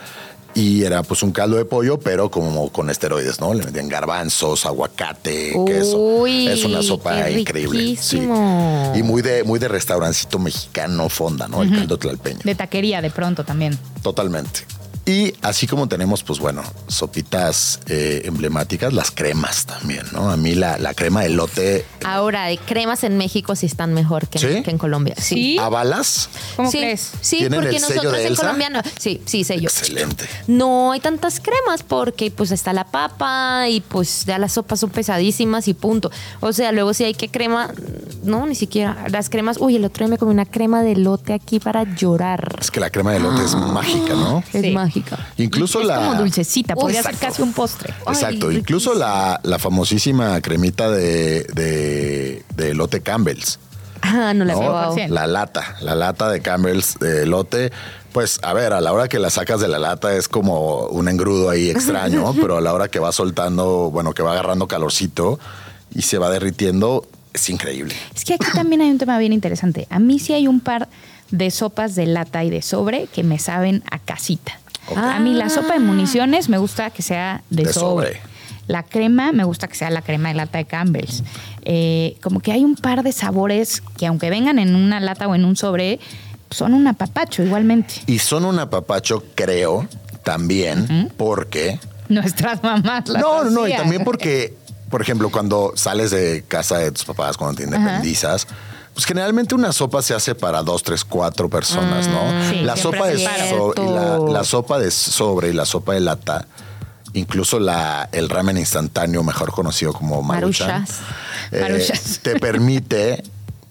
S1: Y era pues un caldo de pollo, pero como con esteroides, ¿no? Le metían garbanzos, aguacate, queso.
S4: Uy,
S1: Es una sopa
S4: qué
S1: increíble. sí.
S4: riquísimo.
S1: Y muy de, muy de restaurancito mexicano fonda, ¿no? El caldo tlalpeño.
S3: De taquería de pronto también.
S1: Totalmente. Y así como tenemos, pues bueno, sopitas eh, emblemáticas, las cremas también, ¿no? A mí la, la crema de elote
S4: Ahora, de cremas en México sí están mejor que,
S1: ¿Sí?
S4: que en Colombia.
S3: ¿Sí?
S1: a balas,
S3: ¿Cómo
S4: sí,
S3: crees?
S4: Sí,
S1: ¿Tienen
S4: porque
S1: el sello
S4: nosotros
S1: de
S4: en
S1: Elsa?
S4: Colombia no. Sí, sí, sello.
S1: excelente.
S4: No hay tantas cremas porque pues está la papa y pues ya las sopas son pesadísimas y punto. O sea, luego si hay que crema, no, ni siquiera. Las cremas, uy, el otro día me comí una crema de lote aquí para llorar.
S1: Es que la crema de elote es mágica, ¿no?
S4: Es
S3: Sí.
S4: mágica.
S1: Incluso
S3: Ah. es
S1: la...
S3: como dulcecita, podría ser
S1: Exacto.
S3: casi un postre.
S4: Ay,
S1: Exacto,
S4: riquísimo.
S1: incluso la, la famosísima cremita de, de, de elote Campbell's.
S4: Ah, no la he
S1: ¿no?
S4: probado.
S3: 100%.
S1: La lata, la lata de Campbell's de elote. Pues a ver, a la hora que la sacas de la lata es como un engrudo ahí extraño, pero a la hora que va soltando, bueno, que va agarrando calorcito y se va derritiendo, es increíble.
S3: Es que aquí también hay un tema bien interesante. A mí sí hay un par de sopas de lata y de sobre que me saben a casita.
S1: Ok.
S3: A mí la sopa de municiones me gusta que sea Ah. de,
S1: De sobre.
S3: sobre. La crema me gusta que sea la crema de lata de Campbell's. Eh, como que hay un par de sabores que aunque vengan en una lata o en un sobre, son un apapacho igualmente.
S1: Y son un apapacho, creo, también, porque...
S3: Nuestras mamás las
S1: No, no, y
S3: hacían.
S4: ah.
S1: también porque, por ejemplo, cuando sales de casa de tus papás, cuando te independizas, pues generalmente una sopa se hace para dos, tres, cuatro personas,
S4: Mm,
S1: ¿no?
S3: sí,
S1: la,
S3: siempre
S1: sopa de
S3: es
S1: so- y la,
S4: cierto.
S1: la sopa de sobre y la sopa de lata, incluso la, el ramen instantáneo, mejor conocido como maruchan,
S4: Maruchas.
S1: eh,
S3: Maruchas.
S1: te permite...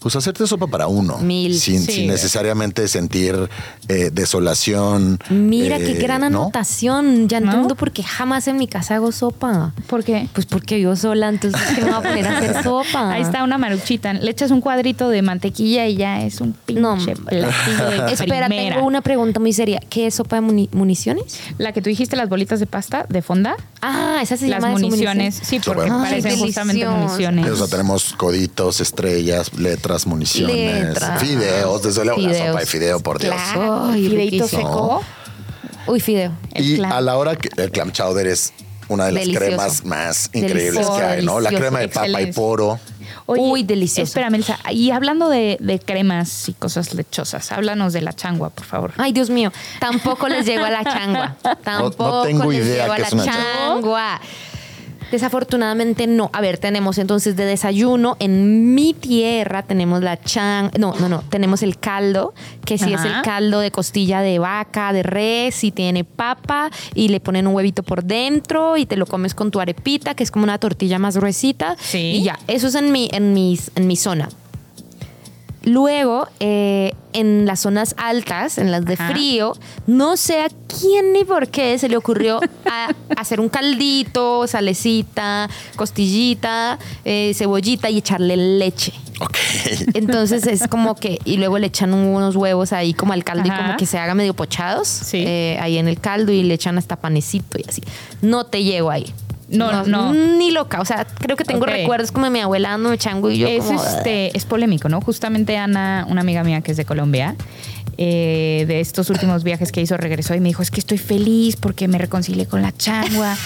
S1: Pues hacerte sopa para uno.
S4: Mil.
S1: Sin,
S3: Sí.
S1: sin necesariamente sentir eh, desolación.
S4: Mira
S1: eh,
S4: qué gran
S1: ¿no?
S4: anotación. Ya
S3: ¿No?
S4: entiendo por qué jamás en mi casa hago sopa.
S3: ¿Por qué?
S4: Pues porque yo sola, entonces ¿qué me voy a poner a hacer sopa?
S3: Ahí está una maruchita. Le echas un cuadrito de mantequilla y ya es un pinche
S4: No.
S3: platillo de
S4: Espera,
S3: eh, primera.
S4: tengo una pregunta muy seria. ¿Qué es sopa de muni- municiones?
S3: La que tú dijiste, las bolitas de pasta de fonda.
S4: Ah, esa se
S3: las
S4: llama eso,
S3: municiones. Sí, porque
S1: Ay,
S3: parecen
S4: delicioso.
S3: justamente municiones.
S1: O sea, tenemos coditos, estrellas, letras, municiones,
S4: Letras.
S1: fideos, desde luego la
S4: Fideos.
S1: sopa de fideo, por Dios.
S4: Claro. Ay,
S3: fideito
S4: riquísimo.
S3: seco.
S4: Uy, fideo.
S3: El
S1: Y
S3: clam.
S1: a la hora que el clam chowder es una de las
S4: Delicioso.
S1: cremas más increíbles
S4: Delicioso,
S1: que hay, ¿no? La
S4: delicioso,
S1: crema de papa y
S3: excelente.
S1: poro.
S4: Uy, delicioso.
S3: Espera, Melissa. Y hablando de, de cremas y cosas lechosas, háblanos de la changua, por favor.
S4: Ay, Dios mío. Tampoco les llegó a la changua. Tampoco
S1: tengo
S4: les
S1: idea
S4: llegó a
S1: qué
S4: la
S1: es una
S4: changua. Desafortunadamente no. A ver, tenemos entonces de desayuno en mi tierra tenemos la chan, no, no, no, tenemos el caldo, que sí es
S3: Ajá.
S4: el caldo de costilla de vaca, de res, y tiene papa y le ponen un huevito por dentro y te lo comes con tu arepita, que es como una tortilla más gruesita
S3: Sí.
S4: y ya. Eso es en mi en mis en mi zona. Luego, eh, en las zonas altas, en las de
S3: Ajá.
S4: frío, no sé a quién ni por qué se le ocurrió a- hacer un caldito, salecita, costillita, eh, cebollita y echarle leche.
S1: Ok.
S4: Entonces es como que, y luego le echan unos huevos ahí como al caldo y
S3: Ajá.
S4: como que se haga medio pochados
S3: Sí.
S4: eh, ahí en el caldo y le echan hasta panecito y así. No te llego ahí.
S3: No, no.
S4: Ni loca. O sea, creo que tengo
S3: Ok.
S4: recuerdos como de mi abuela dándome chango y yo
S3: es,
S4: como...
S3: este, es polémico, ¿no? Justamente Ana, una amiga mía que es de Colombia, eh, de estos últimos viajes que hizo, regresó y me dijo, es que estoy feliz porque me reconcilié con la changua.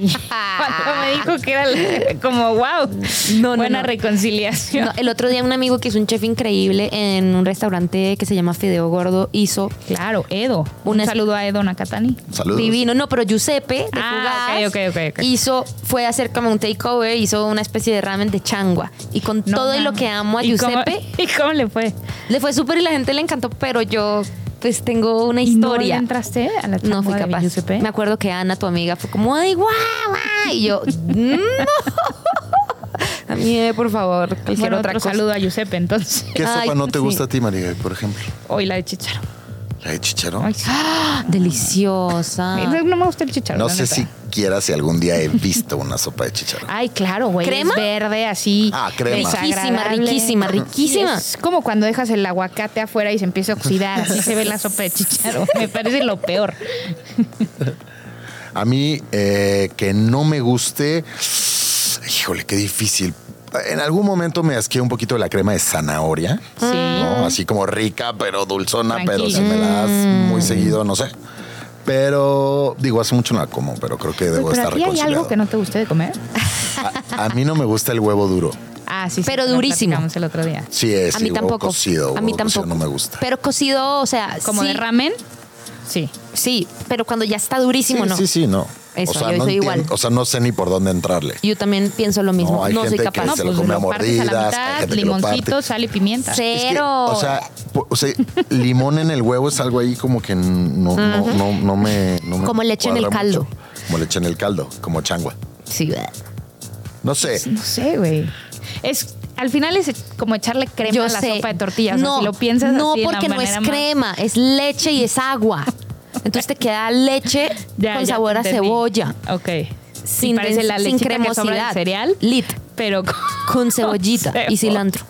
S3: Y cuando me dijo que era la- como, wow,
S4: No, no,
S3: buena
S4: no.
S3: reconciliación.
S4: No, el otro día un amigo que es un chef increíble en un restaurante que se llama Fideo Gordo hizo
S3: Claro, Edo. Un
S4: Una-
S3: saludo a Edo Nakatani.
S1: Saludos.
S4: divino, no, pero Giuseppe de
S3: Ah,
S4: Fugadas,
S3: ok, ok, ok, ok.
S4: hizo fue a hacer como un takeover, hizo una especie de ramen de changua y con
S3: No,
S4: todo y
S3: no.
S4: lo que amo a
S3: ¿Y cómo-
S4: Giuseppe
S3: ¿Y cómo le fue?
S4: le fue súper y la gente le encantó, pero yo pues tengo una
S3: ¿Y no le
S4: historia.
S3: entraste a la changua
S4: No fui
S3: de
S4: capaz.
S3: Giuseppe?
S4: Me acuerdo que Ana, tu amiga, fue como, ¡ay, guau, guau", Y yo, ¡no! A mí, eh, por favor, cualquier
S3: Bueno,
S4: otra
S3: otro
S4: cosa.
S3: saludo a Giuseppe, entonces.
S1: ¿Qué
S4: Ay,
S1: sopa no te
S4: sí.
S1: gusta a ti, María, por ejemplo?
S3: Hoy la de chicharo.
S1: ¿Hay chicharrón?
S3: Ay, sí.
S4: Ah. Deliciosa.
S3: No, no me gusta el chicharrón.
S1: no
S3: la
S1: sé
S3: neta.
S1: si quiera si algún día he visto una sopa de chicharrón.
S3: Ay, claro, güey.
S4: ¿Crema?
S3: Es verde, así.
S1: Ah, crema.
S4: Riquísima,
S3: desagradable.
S4: riquísima, riquísima.
S3: Es como cuando dejas el aguacate afuera y se empieza a oxidar. Así se ve la sopa de chicharrón. Me parece lo peor.
S1: A mí, eh, que no me guste. Híjole, qué difícil. En algún momento me asqué un poquito de la crema de zanahoria.
S4: Ah.
S3: Sí.
S1: ¿no? Así como rica, pero dulzona, pero
S3: Tranquila.
S1: si me la das muy
S4: Mm.
S1: seguido, no sé. Pero digo, hace mucho no la como, pero creo
S4: Pues,
S1: que debo
S3: Uy, pero
S1: estar
S3: aquí hay
S1: reconciliado.
S3: algo que no te guste de comer.
S1: a, a mí no me gusta el huevo duro.
S3: Ah, sí, sí,
S4: Pero
S3: lo
S4: durísimo.
S3: platicamos el otro día.
S1: Sí, es
S4: A mí
S1: sí, huevo
S4: tampoco.
S1: cocido.
S4: a mí
S1: huevo cocido
S4: tampoco.
S1: no me gusta.
S4: Pero cocido, o sea,
S3: Como
S4: sí,
S3: de ramen. Sí.
S4: sí, pero cuando ya está durísimo,
S1: sí,
S4: no.
S1: sí, sí, no.
S4: Eso,
S1: o sea,
S4: yo
S1: no
S4: soy igual.
S1: entiendo- o sea, no sé ni por dónde entrarle.
S4: Yo también pienso lo mismo.
S1: No,
S4: No,
S1: hay
S4: soy
S1: gente
S4: capaz.
S1: que
S3: No,
S1: se
S3: pues
S1: lo come a
S3: partes a la
S1: mordidas, hay
S3: mitad,
S1: gente que lo parte.
S3: limoncito, sal y pimienta.
S4: Sí.
S1: Es que,
S4: Pero-
S1: o sea, po- o sea, limón en el huevo es algo ahí como que no, no, no, no me, no me
S4: Como leche en el
S1: cuadra
S4: caldo.
S1: mucho. Como leche en el caldo, como changua.
S4: Sí,
S1: No sé.
S3: No sé, güey. Es al final es como echarle crema
S4: yo
S3: a la
S4: sé.
S3: sopa de tortillas.
S4: No,
S3: si lo piensas
S4: no
S3: así en la
S4: porque no es
S3: manera más-
S4: crema, es leche y es agua. Entonces te queda leche
S3: Ya,
S4: con
S3: ya
S4: sabor
S3: te
S4: a
S3: entendí.
S4: cebolla.
S3: Ok.
S4: Sin,
S3: Y parece
S4: dens-
S3: la
S4: sin
S3: lechita que sobra del
S4: cremosidad.
S3: cereal,
S4: Lit.
S3: pero con,
S4: Con cebollita
S3: cebo.
S4: y cilantro.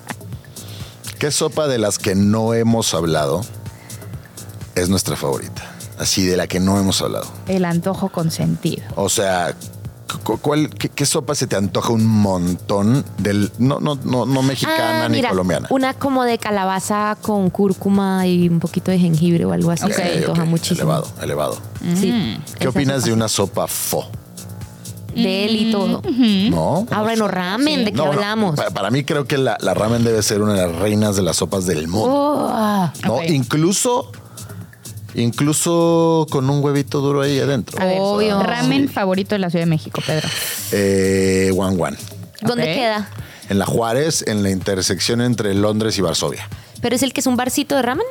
S1: ¿Qué sopa de las que no hemos hablado es nuestra favorita? Así de la que no hemos hablado.
S3: El antojo consentido.
S1: O sea, cu- ¿cuál, qué, qué sopa se te antoja un montón del no, no, no, no mexicana
S4: Ah,
S1: ni
S4: mira,
S1: colombiana?
S4: Una como de calabaza con cúrcuma y un poquito de jengibre o algo así.
S1: Ok,
S4: se me antoja
S1: ok,
S4: muchísimo.
S1: Elevado, elevado.
S4: Sí.
S3: Mm,
S1: ¿Qué
S4: Esa
S1: opinas
S4: sopa.
S1: de una sopa fo?
S4: de
S3: Mm.
S4: él y todo.
S1: ¿No?
S4: Ah, bueno, ramen, ¿de qué
S1: No, bueno,
S4: hablamos?
S1: pa- para, mí creo que la, la ramen debe ser una de las reinas de las sopas del mundo.
S4: Oh, ah.
S1: ¿no?
S3: ok.
S1: Incluso, incluso con un huevito duro ahí adentro.
S3: A ver,
S4: Obvio.
S3: ramen
S1: Sí.
S3: favorito de la Ciudad de México, Pedro.
S1: Eh, Juan Juan.
S4: ¿Dónde
S3: Ok.
S4: queda?
S1: En la Juárez, en la intersección entre Londres y Varsovia.
S4: Pero es el que es un barcito de ramen.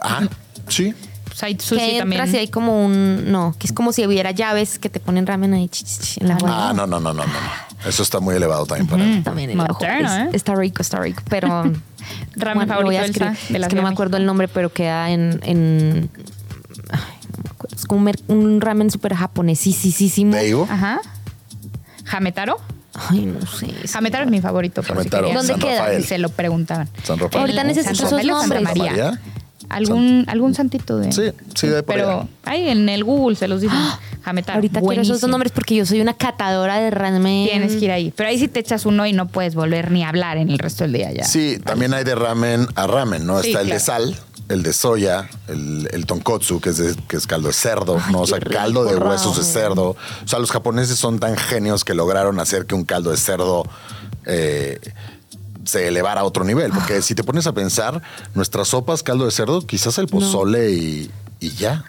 S1: Ah, sí.
S3: Pues hay
S4: Que
S3: sushi
S4: entras y
S3: también.
S4: hay como un. No, que es como si hubiera llaves que te ponen ramen ahí ch, ch, ch, en la
S1: Ah,
S4: bolsa.
S1: no, no, no, no, no. no. Eso está muy elevado también para mí.
S4: También en la
S3: Mm, Moderno,
S4: bolsa.
S3: ¿eh?
S4: Está rico, está rico. Pero. mm, Ramen
S3: Ramen favorito del Sa- de la
S4: Es que no
S3: Ciudad
S4: me
S3: de
S4: acuerdo el nombre, pero queda en. en ay, no me acuerdo. Es como un, mer- un ramen súper japonesísimo.
S1: ¿Te digo?
S3: Ajá. ¿Jametaro?
S4: Ay, no sé. es-
S3: Jametaro es mi favorito. por si
S1: Jametaro,
S3: querían.
S4: ¿Dónde San queda?
S1: Rafael.
S3: Se lo preguntaban.
S1: San Rafael.
S4: Ahorita necesito
S3: San
S4: esos
S3: Rafael o Santa
S4: nombres.
S3: María.
S1: María.
S3: ¿Algún, algún santito de.
S1: Sí, sí, de ahí por allá.
S3: Pero ahí en el Google se los dicen. Jametaro.
S4: Ahorita quiero esos dos
S3: buenísimo.
S4: nombres porque yo soy una catadora de ramen.
S3: Tienes que ir ahí. Pero ahí sí te echas uno y no puedes volver ni a hablar en el resto del día ya.
S1: Sí, también hay de ramen a ramen, ¿no?
S3: Sí,
S1: Está el de
S3: claro.
S1: sal, el de soya, el, el tonkotsu, que es, de- que es caldo de cerdo, ¿no? O sea,
S4: qué
S1: caldo de
S4: rico,
S1: huesos de
S4: ramen.
S1: cerdo. O sea, los japoneses son tan genios que lograron hacer que un caldo de cerdo eh, se elevara a otro nivel.
S3: Ah.
S1: Porque si te pones a pensar, nuestras sopas, caldo de cerdo, quizás el pozole y, y ya.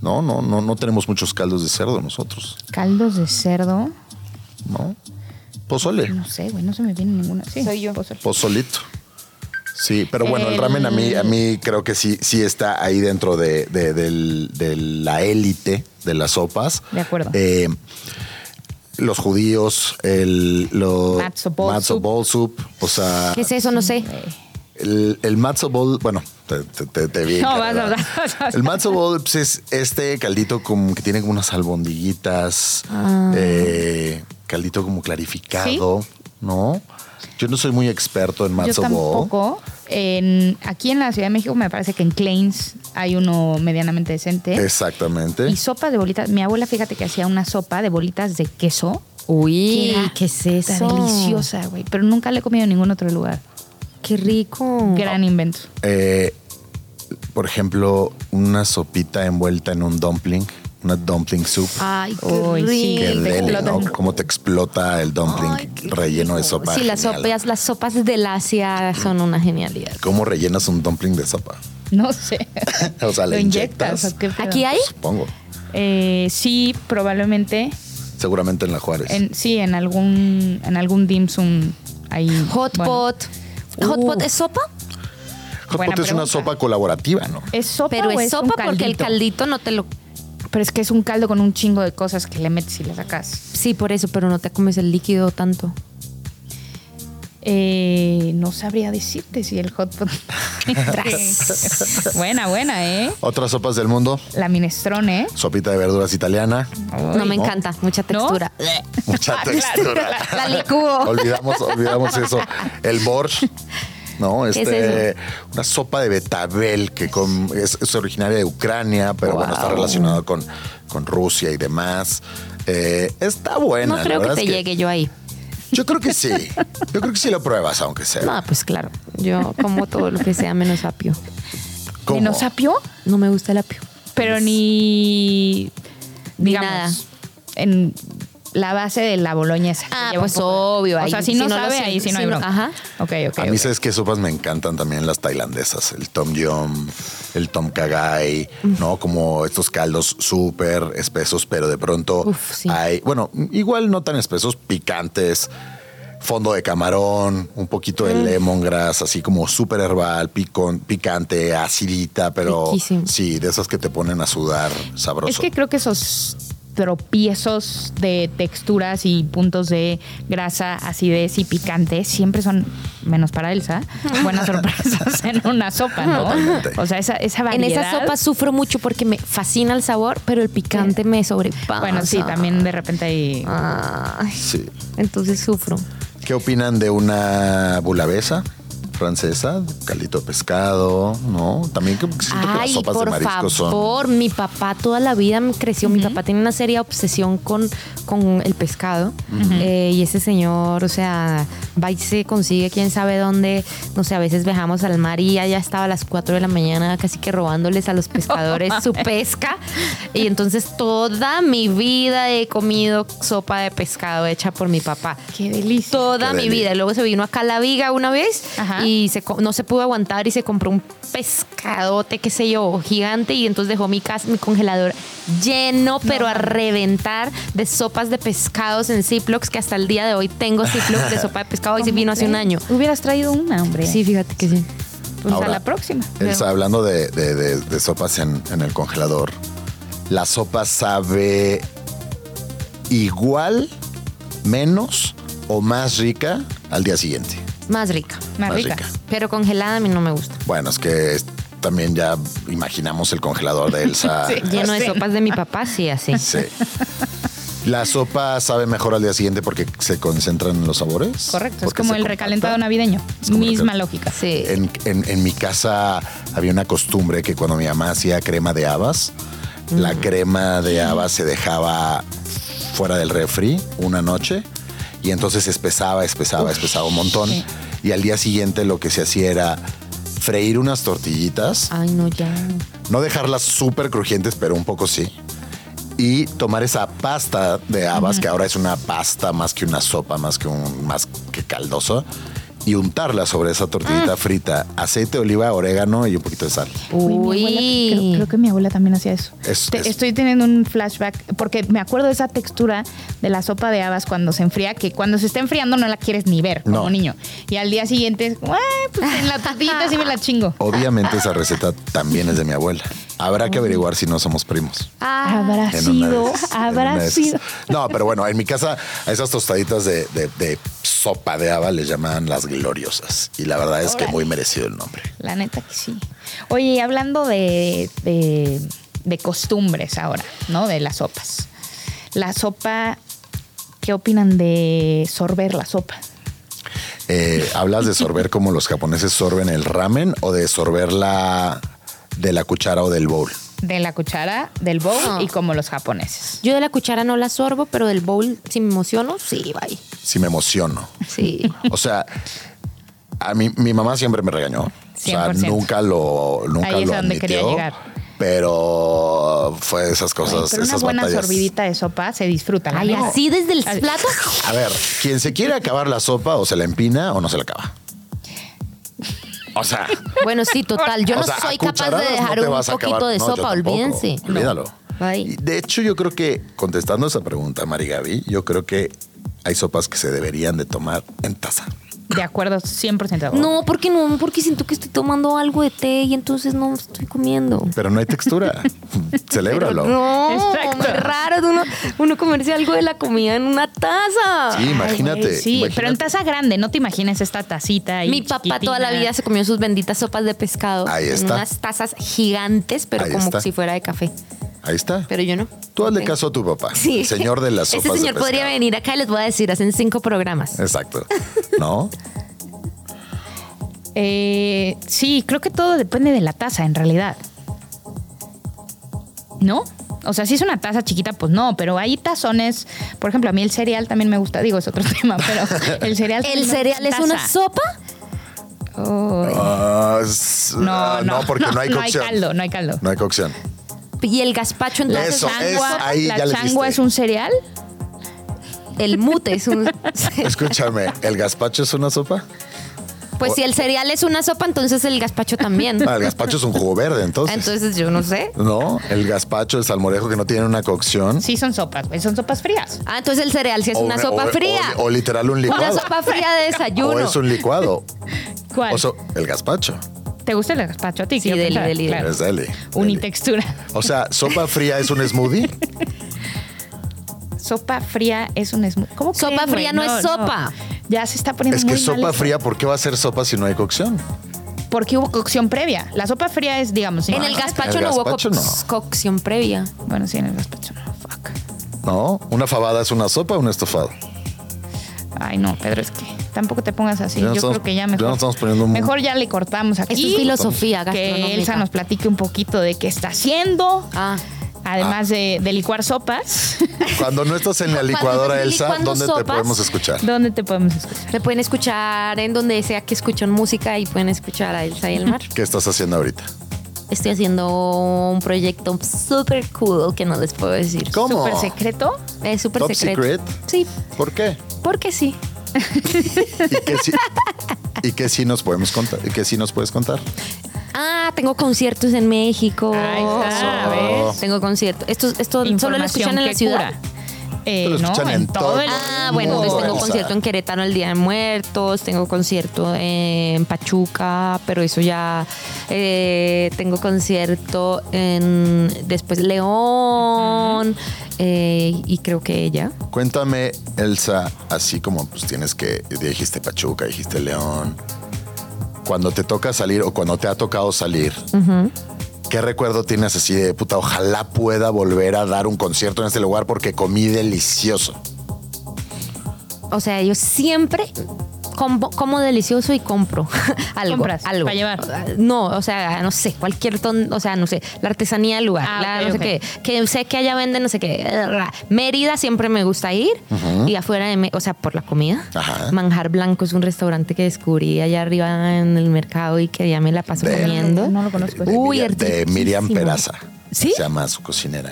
S1: No, no, no, no tenemos muchos caldos de cerdo nosotros,
S3: Caldos de cerdo.
S1: ¿no? Pozole.
S3: No sé, güey, no se me viene ninguna. Sí, soy yo.
S1: Pues, Pozolito. Sí, pero bueno, el,
S3: El-
S1: ramen a mí, a mí creo que sí, sí está ahí dentro de, de- del- de la élite de las sopas.
S3: De acuerdo.
S1: Eh, los judíos, el lo-
S3: Matzo ball soup.
S1: ball soup, o sea,
S4: ¿Qué es eso? No sé.
S3: Eh,
S1: el, el matzo ball, bueno, te, te, te- te vi.
S3: No,
S1: Carla.
S3: vas a hablar, vas a hablar.
S1: El matzo ball pues, es este caldito como que tiene como unas albondiguitas,
S3: Ah.
S1: eh, caldito como clarificado, ¿no? Yo no soy muy experto en
S3: Yo
S1: matzo ball.
S3: tampoco. En- aquí en la Ciudad de México me parece que en Claims hay uno medianamente decente.
S1: Este. Exactamente.
S3: ¿eh? Y sopas de bolitas. Mi abuela, fíjate que hacía una sopa de bolitas de queso.
S4: Uy,
S3: que era
S4: ¿qué es
S3: tan
S4: eso?
S3: Deliciosa, güey. Pero nunca la he comido en ningún otro lugar.
S4: Qué rico.
S3: Gran invento.
S1: Eh, por ejemplo, una sopita envuelta en un dumpling, una dumpling soup.
S4: Ay, qué
S3: Uy, sí,
S1: Qué
S3: te
S4: rico.
S1: deli,
S3: explota.
S1: ¿no? Cómo te explota el dumpling
S4: Ay, qué
S1: relleno de
S4: rico.
S1: sopa.
S4: Sí, las
S1: genial.
S4: sopas, las sopas del Asia son una genialidad.
S1: ¿Cómo rellenas un dumpling de sopa?
S3: No sé.
S1: O sea, le
S3: ¿Lo
S1: inyectas.
S3: o qué pedo?
S4: ¿Aquí hay?
S1: Supongo.
S3: Eh, sí, probablemente.
S1: Seguramente en la Juárez.
S3: En, sí, en algún, en algún dim sum ahí.
S4: Hot
S3: bueno.
S4: pot. ¿Hot
S3: Uh.
S4: pot es sopa?
S1: Hot
S3: buena
S1: pot es una
S3: pregunta.
S1: sopa colaborativa, ¿no?
S3: ¿Es sopa
S4: Pero
S3: o
S4: es
S3: un
S4: sopa porque el
S3: caldito?
S4: caldito no te lo...
S3: Pero es que es un caldo con un chingo de cosas que le metes y le sacas.
S4: Sí, por eso, pero no te comes el líquido tanto.
S3: Eh, no sabría decirte si el hot pot. Tras. buena, buena, ¿eh?
S1: Otras sopas del mundo,
S3: La minestrone.
S1: sopita de verduras italiana,
S4: No me
S1: ¿no?
S4: encanta, mucha textura.
S1: mucha textura.
S4: Ah, La licúo.
S1: olvidamos, olvidamos eso. El borsch. No,
S4: ¿Qué
S1: este,
S4: es eso?
S1: una sopa de betabel que con- es, es originaria de Ucrania, pero bueno, está
S4: Wow.
S1: relacionado con, con Rusia y demás. Eh, está buena.
S4: No
S1: la
S4: creo que
S1: verdad
S4: te
S1: es
S4: llegue yo ahí.
S1: Yo creo que sí. Yo creo que sí lo pruebas, aunque sea.
S4: No, pues claro. Yo como todo lo que sea menos apio.
S1: ¿Cómo?
S3: Menosapio,
S4: No me gusta el apio.
S3: pero ni.
S4: Ni
S3: Digamos.
S4: nada.
S3: En la base de la boloñesa.
S4: Ah,
S3: Lleva un
S4: pues,
S3: poco de-
S4: obvio,
S3: O
S4: ahí-
S3: sea, si
S4: si
S3: no
S4: no lo
S3: sabe, ahí
S4: sientes,
S3: sí no hay
S4: si no-
S3: bronca.
S4: ajá.
S3: Ok, ok.
S1: A mí,
S3: ok.
S1: ¿sabes qué sopas me encantan también las tailandesas? El tom yum, el tom kagai, ¿no? Como estos caldos súper espesos, pero de pronto
S4: Uf, sí.
S1: hay, bueno, igual no tan espesos, picantes, fondo de camarón, un poquito
S3: Mm.
S1: de lemongrass, así como súper herbal, picón, picante, acidita, pero
S4: Riquísimo.
S1: sí, de esas que te ponen a sudar sabroso.
S3: Es que creo que esos tropiezos de texturas y puntos de grasa, acidez y picante siempre son, menos para Elsa, buenas sorpresas en una sopa, ¿no?
S1: Totalmente.
S3: O sea, esa, esa
S4: En
S3: variedad.
S4: esa sopa sufro mucho porque me fascina el sabor, pero el picante me sobrepasa.
S3: Bueno, sí, también de repente hay...
S4: Ay,
S1: Sí.
S4: entonces sufro.
S1: ¿Qué opinan de una bulabesa francesa? Caldito de pescado, ¿no? También que siento que las
S4: Ay,
S1: sopas de
S4: por
S1: marisco son.
S4: favor, mi papá toda la vida me creció. Mi papá tiene una seria obsesión con, con el pescado. Eh, y ese señor, o sea, va y se consigue quién sabe dónde. No sé, a veces viajamos al mar y allá estaba a las 4 de la mañana casi que robándoles a los pescadores su pesca. Y entonces toda mi vida he comido sopa de pescado hecha por mi papá.
S3: ¡Qué delicia!
S4: Toda
S1: Qué
S4: mi
S1: deli.
S4: vida. Luego se vino acá a la viga una vez
S3: Ajá.
S4: y se co- no se pudo aguantar y se compró un pescadote, qué sé yo, gigante y entonces dejó mi casa, mi congelador lleno, pero a reventar de sopas de pescados en Ziplocs, que hasta el día de hoy tengo Ziplocs de sopa de pescado y se vino hace un año.
S3: Hubieras traído una, hombre.
S4: Sí, fíjate que sí.
S3: Pues
S1: Ahora,
S3: a la próxima.
S1: Elsa, hablando de, de- de- de sopas en, en el congelador, ¿la sopa sabe igual, menos o más rica al día siguiente?
S4: Más rica.
S3: Más
S1: más
S3: rica.
S1: rica.
S4: Pero congelada a mí no me gusta.
S1: Bueno, es que es- también ya imaginamos el congelador de Elsa.
S3: Sí.
S4: Lleno de
S3: Sí.
S4: sopas de mi papá, sí, así.
S1: Sí. ¿La sopa sabe mejor al día siguiente porque se concentran los sabores?
S3: Correcto, es
S1: Porque
S3: como
S1: se
S3: el
S1: compacta.
S3: recalentado navideño.
S1: Es como
S3: Misma
S1: el-
S3: lógica.
S4: Sí.
S1: En, en- en mi casa había una costumbre que cuando mi mamá hacía crema de habas,
S3: Mm.
S1: la crema de habas se dejaba fuera del refri una noche y entonces espesaba, espesaba, espesaba un montón.
S3: sí.
S1: Y al día siguiente lo que se hacía era freír unas tortillitas,
S4: Ay, no, ya.
S1: no dejarlas súper crujientes, pero un poco sí. Y tomar esa pasta de habas, que ahora es una pasta más que una sopa, más que un más que caldoso, y untarla sobre esa
S3: Ah.
S1: tortillita frita, aceite de oliva, orégano y un poquito de sal.
S3: Uy, mi abuela- creo, creo que mi abuela también hacía eso.
S1: Es-
S3: Te-
S1: es-
S3: Estoy teniendo un flashback porque me acuerdo de esa textura de la sopa de habas cuando se enfría, que cuando se está enfriando no la quieres ni ver como
S1: No.
S3: niño. Y al día siguiente es, "Ay, pues en la tortillita sí me la chingo.
S1: Obviamente esa receta también es de mi abuela. Habrá que averiguar si no somos primos.
S4: Ah,
S3: Habrá
S1: En una de
S3: sido,
S1: esas, en una
S3: habrá
S1: de esas.
S3: sido.
S1: No, pero bueno, en mi casa a esas tostaditas de, de- de sopa de haba les llamaban las gloriosas. Y la verdad es que
S3: Órale.
S1: muy merecido el nombre.
S3: La neta que sí. Oye, y hablando de, de- de costumbres ahora, ¿no? De las sopas. La sopa, ¿qué opinan de sorber la sopa?
S1: Eh, ¿Hablas de sorber como los japoneses sorben el ramen o de sorber la de la cuchara o del bowl?
S3: De la cuchara, del bowl
S4: Ah.
S3: y como los japoneses.
S4: yo de la cuchara no la sorbo, pero del bowl, si me emociono, sí, bye.
S1: Si me emociono.
S4: Sí.
S1: O sea, a mí mi mamá siempre me regañó. O
S3: 100%.
S1: sea, nunca lo nunca
S3: Ahí es
S1: lo
S3: a donde quería
S1: admitió,
S3: llegar.
S1: Pero fue de esas
S3: Ay,
S1: cosas,
S3: pero una
S1: esas
S3: buena
S1: batallas.
S3: sorbidita de sopa se disfruta. la
S4: Ay,
S3: neta.
S4: así desde el
S3: Ay.
S4: plato.
S1: A ver, quien se quiere acabar la sopa o se la empina o no se la acaba. O sea,
S4: Bueno, sí, total. Yo
S1: O
S4: no
S1: sea, a
S4: soy capaz de
S1: cucharadas no
S4: dejar
S1: te
S4: un
S1: vas a
S4: poquito
S1: acabar-
S4: de
S1: no, yo
S4: sopa,
S1: tampoco.
S4: olvídense.
S1: Olvídalo.
S4: Bye.
S1: Y De hecho, yo creo que, contestando esa pregunta, Mari Gaby, yo creo que hay sopas que se deberían de tomar en taza.
S3: de acuerdo, 100% de acuerdo.
S4: No, porque no, porque siento que estoy tomando algo de té y entonces no estoy comiendo.
S1: Pero no hay textura. Celébralo.
S4: No,
S3: Exacto.
S4: muy raro de uno, uno comerse algo de la comida en una taza.
S1: Sí, imagínate.
S3: Güey, Eh, sí,
S1: imagínate.
S3: pero en taza grande, no te imaginas esta tacita. ahí
S4: Mi papá toda la
S3: chiquitina.
S4: vida se comió sus benditas sopas de pescado.
S1: Ahí
S4: En
S1: está.
S4: unas tazas gigantes, pero
S1: Ahí
S4: como
S1: está.
S4: si fuera de café.
S1: Ahí está.
S4: Pero yo no.
S1: Tú hazle
S4: Ok.
S1: caso a tu papá.
S4: Sí.
S1: El señor de las sopas
S4: Este señor
S1: de
S4: podría
S1: pescado.
S4: venir acá y les voy a decir, hacen cinco programas.
S1: Exacto. ¿No?
S3: Eh, sí, creo que todo depende de la taza, en realidad. ¿No? O sea, si es una taza chiquita, pues no, pero hay tazones. Por ejemplo, a mí el cereal también me gusta. Digo, es otro tema, pero el cereal.
S4: ¿El
S3: no
S4: cereal es
S3: taza. Oh.
S4: una sopa?
S3: Ay,
S1: Ah, s-
S3: no,
S1: ah,
S3: no,
S1: porque no, hay
S3: no hay
S1: cocción.
S3: caldo, no hay caldo.
S1: No hay cocción.
S4: Y el gazpacho entonces.
S1: Eso,
S4: ah,
S1: es-
S3: Changua,
S1: ahí
S3: ¿La
S1: ya le
S3: changua
S1: diste.
S3: es un cereal?
S4: El mute es un.
S1: Escúchame, ¿el gazpacho es una sopa?
S4: Pues si el cereal es una sopa, entonces el gazpacho también.
S1: Ah, el gazpacho es un jugo verde, entonces.
S4: Entonces yo no sé.
S1: No, el gazpacho, el salmorejo que no tiene una cocción.
S3: Sí, son sopas, güey, son sopas frías.
S4: Ah, entonces el cereal si es una
S1: o-
S4: sopa
S1: o-
S4: fría.
S1: O, o literal un
S4: una
S1: licuado.
S4: sopa fría de
S1: O
S4: desayuno.
S1: es un licuado.
S3: ¿Cuál?
S1: O so- el gazpacho.
S3: ¿Te gusta el gazpacho a ti?
S4: Sí,
S3: Quiero
S4: deli,
S3: pensar,
S4: deli,
S3: claro.
S1: Es deli. deli.
S3: Unitextura.
S1: O sea, sopa fría es un smoothie.
S3: Sopa fría es un smoothie. ¿Cómo
S4: Sopa
S3: creen, güey?
S4: fría no es sopa.
S3: Ya se está poniendo
S1: es que
S3: muy mal
S1: sopa
S3: esto.
S1: fría, ¿por qué va a ser sopa si no hay cocción?
S3: Porque hubo cocción previa. La sopa fría es, digamos,
S4: En
S3: ¿no?
S4: el gazpacho no hubo
S1: gazpacho
S4: co-
S1: no.
S4: cocción previa.
S3: Bueno, sí, en el gazpacho no. Fuck.
S1: No, una fabada es una sopa o un estofado.
S3: Ay, no, Pedro, es que tampoco te pongas así.
S1: Ya
S3: Yo
S1: nos estamos-
S3: creo que ya
S1: ya
S3: mejor.
S1: nos estamos poniendo muy-
S3: Mejor ya le cortamos aquí.
S4: Esto es filosofía
S3: Que Elsa
S4: gastronómica.
S3: nos platique un poquito de qué está haciendo.
S4: Ah.
S3: Además de, de licuar sopas,
S1: Cuando no estás en la
S4: Cuando
S1: licuadora,
S4: estoy
S1: Elsa,
S4: licuando
S1: ¿dónde te
S4: sopas,
S1: podemos escuchar?
S3: ¿dónde te podemos escuchar?
S4: Me pueden escuchar en donde sea que escuchen música y pueden escuchar a Elsa y el mar.
S1: ¿Qué estás haciendo ahorita?
S4: Estoy haciendo un proyecto súper cool que no les puedo decir.
S1: ¿Cómo?
S3: ¿Súper secreto?
S4: Es súper
S1: ¿Top
S4: secreto.
S1: secret?
S4: Sí,
S1: ¿Por qué?
S4: porque sí.
S1: ¿Y qué sí, y qué sí nos podemos contar? ¿Y qué sí nos puedes contar?
S4: Ah, tengo conciertos en México.
S3: Ahí está,
S1: Eso.
S3: ¿ves?
S4: Tengo conciertos. Esto, esto solo lo escuchan en la
S3: que
S4: ciudad.
S3: cura. Eh,
S1: Esto lo
S3: no,
S1: escuchan
S3: en
S1: en
S3: todo
S1: todo
S3: el
S4: Ah,
S1: Muy
S4: bueno,
S3: Oh,
S4: entonces
S1: bueno.
S4: tengo concierto en Querétaro el Día de Muertos, tengo concierto en Pachuca, pero eso ya. eh, tengo concierto en después León eh, y creo que ella.
S1: Cuéntame, Elsa, así como pues tienes que, dijiste Pachuca, dijiste León, cuando te toca salir o cuando te ha tocado salir, ¿qué recuerdo tienes así de puta? Ojalá pueda volver a dar un concierto en este lugar porque comí delicioso.
S4: O sea, yo siempre como, como delicioso y compro algo.
S3: Compras,
S4: algo.
S3: pa' llevar.
S4: No, o sea, no sé, cualquier ton, o sea, no sé, la artesanía del lugar,
S3: Ah,
S4: la
S3: ok,
S4: no sé
S3: ok.
S4: qué, que sé que allá venden no sé qué. Mérida siempre me gusta ir y afuera de, Mé- o sea, por la comida.
S1: Ajá.
S4: Manjar Blanco es un restaurante que descubrí allá arriba en el mercado y que ya me la paso
S1: De-
S4: comiendo.
S3: No lo conozco.
S1: De
S4: Uy,
S1: Miriam, de
S4: riquísimo.
S1: Miriam Peraza.
S4: ¿Sí? Oh.
S1: Se llama su cocinera.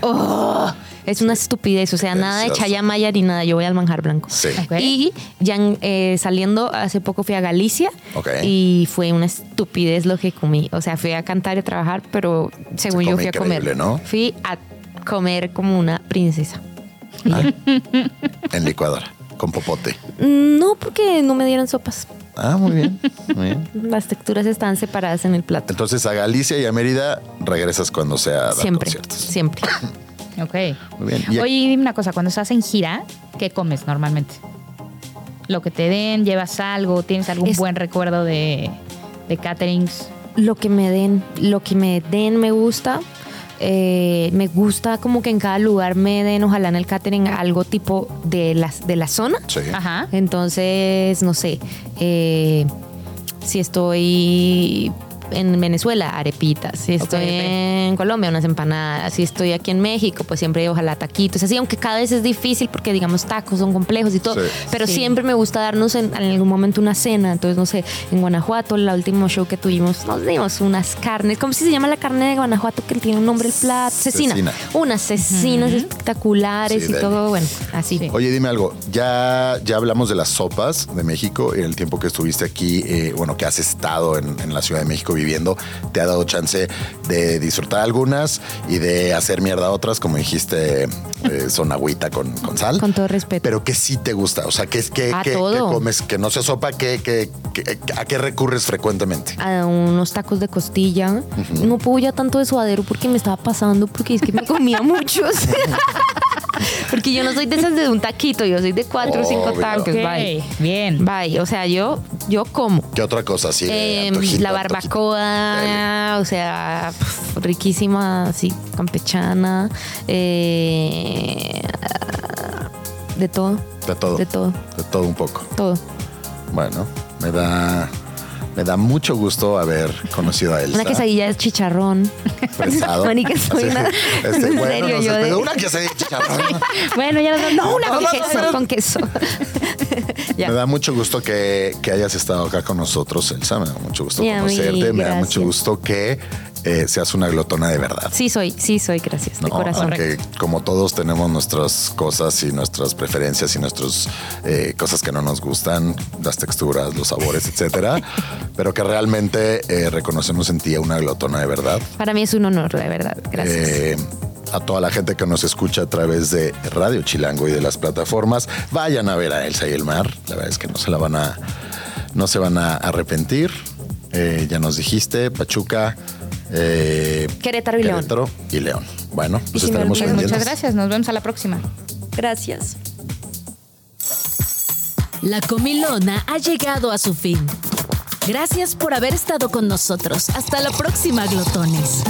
S4: Es una estupidez, o sea, nada de
S1: Delicioso.
S4: chayamaya ni nada, yo voy al manjar blanco.
S1: Sí.
S3: Ok.
S4: Y ya eh, saliendo, hace poco fui a Galicia
S1: Ok.
S4: y fue una estupidez lo que comí. O sea, fui a cantar y a trabajar, pero según
S1: Se
S4: yo
S1: come
S4: fui a
S1: increíble,
S4: comer.
S1: ¿no?
S4: Fui a comer como una princesa.
S1: En licuadora, con popote.
S4: No, porque no me dieron sopas.
S1: Ah, muy bien. Muy bien.
S4: Las texturas estaban separadas en el plato.
S1: Entonces a Galicia y a Mérida regresas cuando sea dar
S4: Siempre,
S1: conciertos.
S4: siempre.
S3: Ok.
S1: Muy bien. Y-
S3: Oye, dime una cosa, cuando estás en gira, ¿qué comes normalmente? Lo que te den, llevas algo, tienes algún
S4: Es-
S3: buen recuerdo de, de caterings.
S4: lo que me den, lo que me den me gusta. Eh, me gusta como que en cada lugar me den, ojalá en el catering, algo tipo de las de la zona.
S1: Sí.
S3: Ajá.
S4: Entonces, no sé, eh, si estoy en Venezuela, arepitas, si estoy
S3: ok.
S4: en Colombia, unas empanadas, si estoy aquí en México, pues siempre ojalá taquitos, así, aunque cada vez es difícil porque digamos tacos son complejos y todo,
S1: Sí.
S4: pero
S3: Sí.
S4: siempre me gusta darnos en, en algún momento una cena, entonces no sé, en Guanajuato, el último show que tuvimos, nos dimos unas carnes, ¿cómo se llama la carne de Guanajuato que tiene un nombre el plato? Cecina.
S1: Cecina.
S4: Unas cecinas espectaculares
S1: Sí,
S4: y
S1: deli.
S4: todo, bueno, así.
S1: Oye, dime algo. Ya, ya hablamos de las sopas de México en el tiempo que estuviste aquí, eh, bueno, que has estado en, en la Ciudad de México viviendo te ha dado chance de disfrutar algunas y de hacer mierda otras, como dijiste, eh, son agüita con, con sal.
S4: Con todo respeto.
S1: Pero que sí te gusta, o sea, que es que,
S4: Ah,
S1: que- que
S4: todo.
S1: comes, que no se sopa, que, que- que- a qué recurres frecuentemente.
S4: a unos tacos de costilla. No puedo ya tanto de suadero porque me estaba pasando, porque es que me comía muchos. porque yo no soy de esas de un taquito, yo soy de cuatro o cinco
S1: Obvio.
S4: tacos.
S3: Ok,
S4: Bye.
S3: bien.
S4: Bye. O sea, yo, yo como.
S1: ¿Qué otra cosa así? de
S4: Eh,
S1: antojito,
S4: la
S1: antojito?
S4: barbacoa, o sea, pf, riquísima, así, campechana, eh, de todo,
S1: De todo.
S4: de todo.
S1: De todo un poco.
S4: todo.
S1: Bueno, me da. Me da mucho gusto haber conocido a Elsa.
S4: Una quesadilla de chicharrón.
S1: Expresado.
S4: Marica, soy
S1: Sí.
S4: una-
S1: Este,
S4: en
S1: bueno,
S4: serio,
S1: no sé,
S4: yo
S1: pero
S4: de-
S1: una quesadilla de chicharrón.
S3: Bueno, ya nos No, una.
S4: Con queso, con queso. Ya.
S1: Me da mucho gusto que, que hayas estado acá con nosotros, Elsa. Me da mucho gusto
S4: Y a mí,
S1: conocerte. me da
S4: gracias.
S1: mucho gusto que eh, seas una glotona de verdad.
S4: Sí soy, sí soy, gracias, de
S1: ¿no?
S4: corazón.
S1: Aunque como todos tenemos nuestras cosas y nuestras preferencias y nuestras eh, cosas que no nos gustan, las texturas, los sabores, etcétera, pero que realmente eh, reconocemos en ti a una glotona de verdad.
S4: Para mí es un honor, de verdad. Gracias.
S1: Eh, a toda la gente que nos escucha a través de Radio Chilango y de las plataformas, vayan a ver a Elsa y el Mar. La verdad es que no se la van a, no se van a arrepentir. Eh, ya nos dijiste, Pachuca, eh,
S4: Querétaro y León.
S1: Querétaro y León. Bueno, pues
S4: si me
S1: estaremos
S4: olvido,
S1: pendientes.
S3: Muchas gracias. Nos vemos a la próxima.
S4: Gracias.
S2: La comilona ha llegado a su fin. Gracias por haber estado con nosotros. Hasta la próxima, glotones.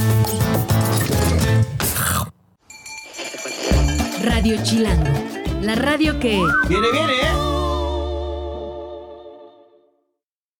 S2: Radio Chilango, la radio que...
S5: Viene, viene, ¿eh?